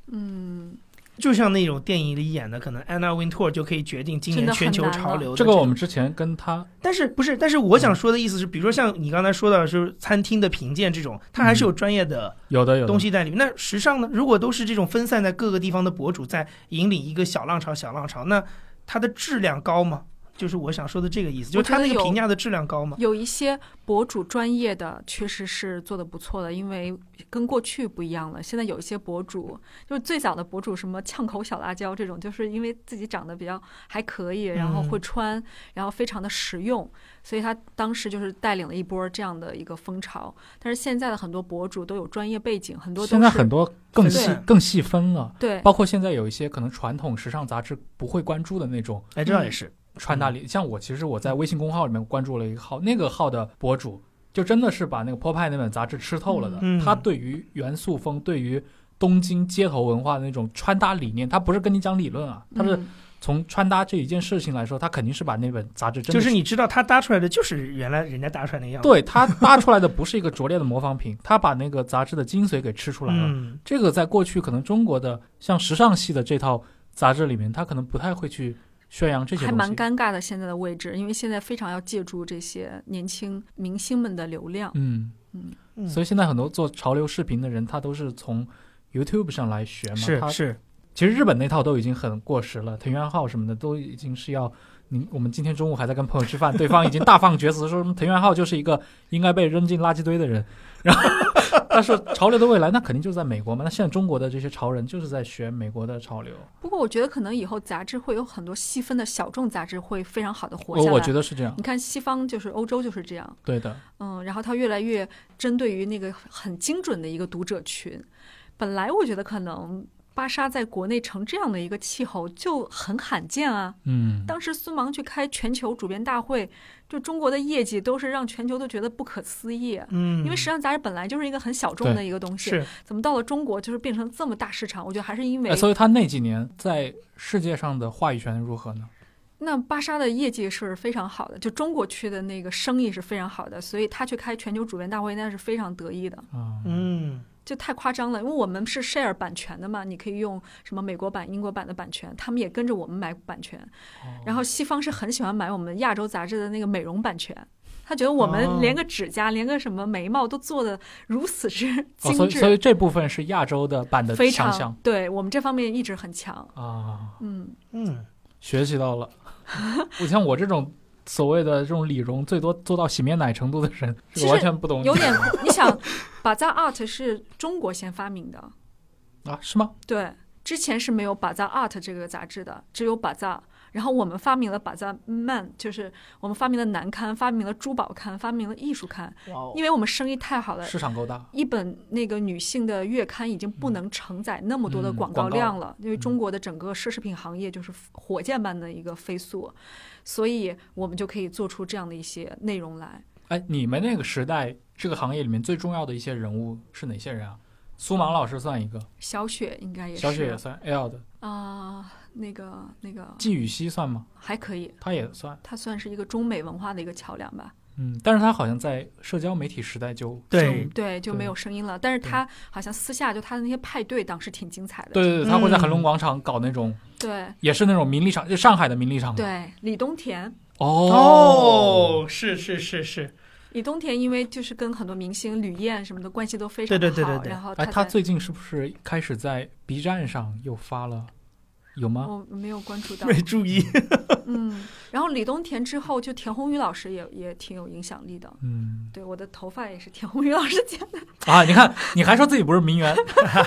嗯，
就像那种电影里演的，可能安娜温托尔就可以决定今
真
年
的很
全球
难啊
潮
了
流的
这
种
个我们之前跟他
但是不是？但是我想说的意思是，比如说像你刚才说到，就是餐厅的评鉴这种，它还是有专业的
有的有的
东西在里面。那时尚呢？如果都是这种分散在各个地方的博主在引领一个小浪潮、小浪潮，那它的质量高吗？就是我想说的这个意思，就
我
是它
觉得
那个
有
评价的质量高吗？
有一些博主专业的确实是做的不错的，因为跟过去不一样了。现在有一些博主，就是最早的博主，什么呛口小辣椒这种，就是因为自己长得比较还可以，然后
嗯
会穿，然后非常的实用，所以他当时就是带领了一波这样的一个风潮。但是现在的很多博主都有专业背景，很多都是
现在很多更
对
细更细分了，
对
包括现在有一些可能传统时尚杂志不会关注的那种
哎，这倒也是，
穿搭理，像我其实我在微信公号里面关注了一个号，那个号的博主就真的是把那个 p o p e 那本杂志吃透了的，
嗯
他对于元素风，对于东京街头文化的那种穿搭理念，他不是跟你讲理论啊，他是
嗯
从穿搭这一件事情来说，他肯定是把那本杂志真
就
的
是你知道它搭出来的就是原来人家搭出来那样子。
对他搭出来的不是一个拙劣的模仿品，他把那个杂志的精髓给吃出来了。
嗯，
这个在过去可能中国的像时尚系的这套杂志里面，他可能不太会去宣扬这些
还
东西。
蛮尴尬的现在的位置，因为现在非常要借助这些年轻明星们的流量。
嗯
嗯
所以现在很多做潮流视频的人，他都是从 YouTube 上来学嘛。
是
嗯
他
是，
其实日本那套都已经很过时了，藤原浩什么的都已经是要。你我们今天中午还在跟朋友吃饭，对方已经大放厥词，说什么藤原浩就是一个应该被扔进垃圾堆的人。然后他说，潮流的未来那肯定就在美国嘛。那现在中国的这些潮人就是在学美国的潮流，
不过我觉得可能以后杂志会有很多细分的小众杂志会非常好的活
哦我
下来。
我觉得是这样
你，看西方就是欧洲就是这样，
对的。
嗯，然后它越来越针对于那个很精准的一个读者群。本来我觉得可能芭莎在国内成这样的一个气候就很罕见啊。
嗯，
当时苏芒去开全球主编大会，就中国的业绩都是让全球都觉得不可思议。啊
嗯，
因为时尚杂志本来就是一个很小众
对
的一个东西，
是
怎么到了中国就是变成这么大市场？我觉得还是因为
哎，所以他那几年在世界上的话语权如何呢？
那芭莎的业绩是非常好的，就中国区的那个生意是非常好的，所以他去开全球主编大会那是非常得意的，
啊、
嗯，
就太夸张了。因为我们是 share 版权的嘛，你可以用什么美国版、英国版的版权，他们也跟着我们买版权。
哦
然后西方是很喜欢买我们亚洲杂志的那个美容版权，他觉得我
哦
们连个指甲、连个什么眉毛都做的如此之
哦，所
精
以
致，
所以这部分是亚洲的版的
非
强项
常对我们这方面一直很强。
啊，
嗯，
嗯，
学习到了。 <laughs> 我像我这种所谓的这种理容，最多做到洗面奶程度的人，这
其实
个完全不懂
有点你想，把扎 art 是中国先发明的。
啊？是吗？
对，之前是没有《把赞 Art》这个杂志的，只有《把赞》。然后我们发明了《把赞 Man》，就是我们发明了男刊，发明了珠宝刊，发明了艺术刊，
哇哦，
因为我们生意太好了。
市场够大，
一本那个女性的月刊已经不能承载那么多的
嗯
广
广告
告
嗯
量了，因为中国的整个奢侈品行业就是火箭般的一个飞速，所以我们就可以做出这样的一些内容来。
哎，你们那个时代这个行业里面最重要的一些人物是哪些人啊？苏芒老师算一个，
小雪应该也是，
小雪也算，L 的，
啊、那个那个
季雨熙算吗？
还可以，
他也算，
它算是一个中美文化的一个桥梁吧。
嗯，但是他好像在社交媒体时代就
对，
对，就
对
没有声音了。但是他好像私下就他的那些派对，当时挺精彩的。
对对对，他会在
嗯
恒隆广场搞那种
对
也是那种名利场，就上海的名利场吗。
对李东田，
哦，
哦，是是是是，
李东田因为就是跟很多明星吕燕什么的关系都非常
对
好，
对对对对
然后
哎，
哦在
他最近是不是开始在 B 站上又发了？有吗？
我没有关注到，
没注意，
嗯。然后李东田之后，就田宏宇老师也也挺有影响力的。
嗯
对，我的头发也是田宏宇老师剪的，
啊，你看，你还说自己不是名媛， <laughs>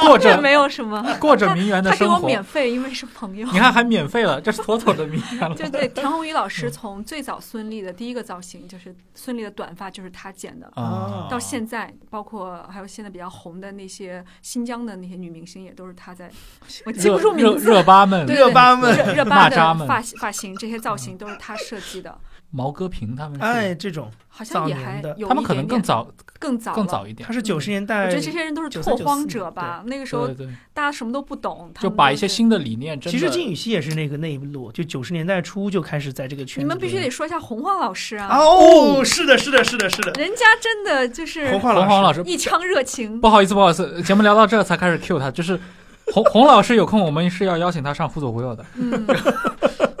过
这
着
没有什么。
过着名媛的
他给
生
我
活，
免费，因为是朋友。
你看还免费了，这是妥妥的名媛了。啊
就
<laughs>
对，田宏宇老师
嗯
从最早孙俪的第一个造型，就是孙俪的短发，就是他剪的。
啊，
哦
到现在，包括还有现在比较红的那些新疆的那些女明星，也都是她在，
<laughs>
我记
热
不住
热
名字。
热巴们，
对
热巴们
热热
骂
巴的
渣们嗯
发型发型这些造型都是她设计的，
毛戈平他们是，
哎，这种
好
早
像也
年
还
的
有
他
一
们可能
点
更
点
早
更早
更
了
早一点
他，是九十年代，
嗯我觉得这些人都是
93
拓荒者吧，那个时候
对对，
大家什么都不懂，他
就
们
把
都
一些
是。
新的理念真
其
的，
实金宇熙也是那个那一路，就九十年代初就开始在这个圈子
你
里
们
面。
必须得说一下洪晃老师啊，
哦，是的，是的，是的，是的，
人家真的就是
洪晃
黄黄老
师，
师
一腔热
<laughs>
情。
不好意思，不好意思，节目聊到这才开始 Q 他，就是洪洪老师有空，我们是要邀请他上《忽左忽右》的。
嗯，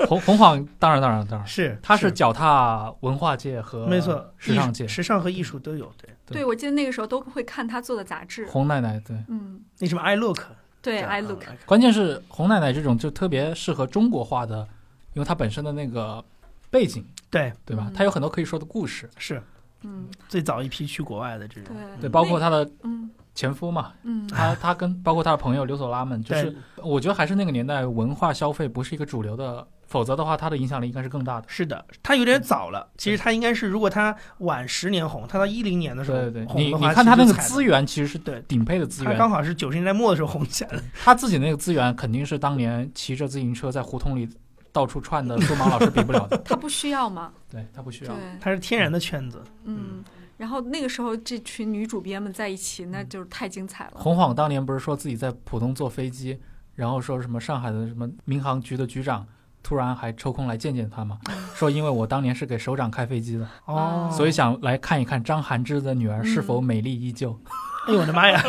洪洪晃，当然当然当然，
是
他是脚踏文化界和
没错，
时
艺
尚
术
界。
时尚和艺术都有。对，
对，我记得那个时候都会看他做的杂志。
洪奶奶对，
嗯，
那什么 I Look，
对
这样
，I look，
啊
关键是洪奶奶这种就特别适合中国化的，因为她本身的那个背景，
对，
对吧
嗯？
她有很多可以说的故事，
是
嗯，
最早一批去国外的这种，
对
对，包括她的
嗯
前夫嘛，
嗯，
她她跟包括她的朋友刘索拉们，就
对
是我觉得还是那个年代文化消费不是一个主流的，否则的话她的影响力应该是更大的。
是的，他有点早了。其实他应该是，如果他晚十年红，他到一零年的时候
对对对，
红
你
的
你
话，
看
他
她那个资，源其实是
对
顶配的资
他
源，
刚好是九十年代末的时候红起来的。
他自己那个资源肯定是当年骑着自行车在胡同里到处串的数码老师比不了的。
他不需要嘛，
对他不需
对
要，，
他是天然的圈子，
嗯。然后那个时候，这群女主编们在一起，
嗯
那就是太精彩了。
洪晃当年不是说自己在浦东坐飞机，然后说什么上海的什么民航局的局长突然还抽空来见见他嘛，
嗯
说因为我当年是给首长开飞机的，
哦，
所以想来看一看张含之的女儿是否
嗯
美丽依旧。
哎呦我的妈呀，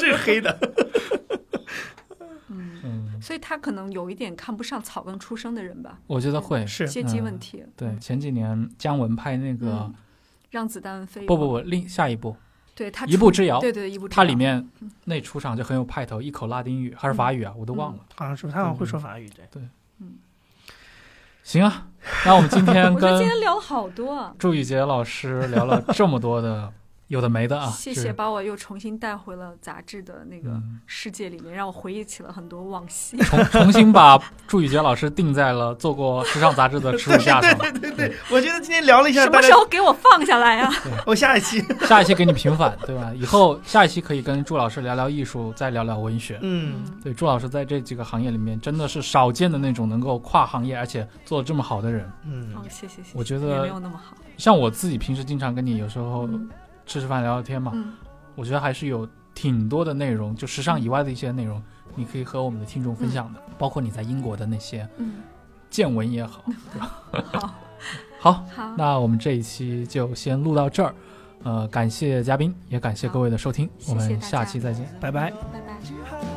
这是黑的，
嗯，
嗯，
所以他可能有一点看不上草根出身的人吧，
我觉得会
是
阶级
嗯
问题。
对，前几年姜文拍那个
嗯让子弹飞。
不不，不，另下一部
对他
一步之遥
对对一嗯步之遥。
它里面那出场就很有派头，一口拉丁语还是法语啊，我都忘了。
嗯
好像是他好像会说法语，对，
行啊，那我们今天
<laughs> 我觉得今
跟
天聊了好多啊，
祝宇杰老师聊了这么多
<laughs>
的有的没的啊，
谢
就
谢
是
把我又重新带回了杂志的那个
嗯
世界里面，让我回忆起了很多
<laughs>
往昔。
重重新把祝宇杰老师定在了做过时尚杂志的耻辱架上。
对对对，我觉得今天聊了一下，
什
大
么
家
时候给我放下来啊？
我下一期，
下一期给你平反，对吧？以后下一期可以跟祝老师聊聊艺术，再聊聊文学。
嗯，
对，祝老师在这几个行业里面真的是少见的那种能够跨行业而且做得这么好的人。
哦
嗯，，
谢谢谢谢，
我觉
也
得哦
没有那么好。
像我自己平时经常跟你有时候
嗯
吃吃饭聊聊天嘛，
嗯
我觉得还是有挺多的内容，就时尚以外的一些内
嗯
容，你可以和我们的听众分享的，包括你在英国的那些
嗯，
见闻也好。
好，
<laughs> 好，
好，
那我们这一期就先录到这儿，呃，感谢嘉宾，也感谢各位的收听，
好
我
谢谢
们
大家
下期再见。
拜拜。
拜拜。
you have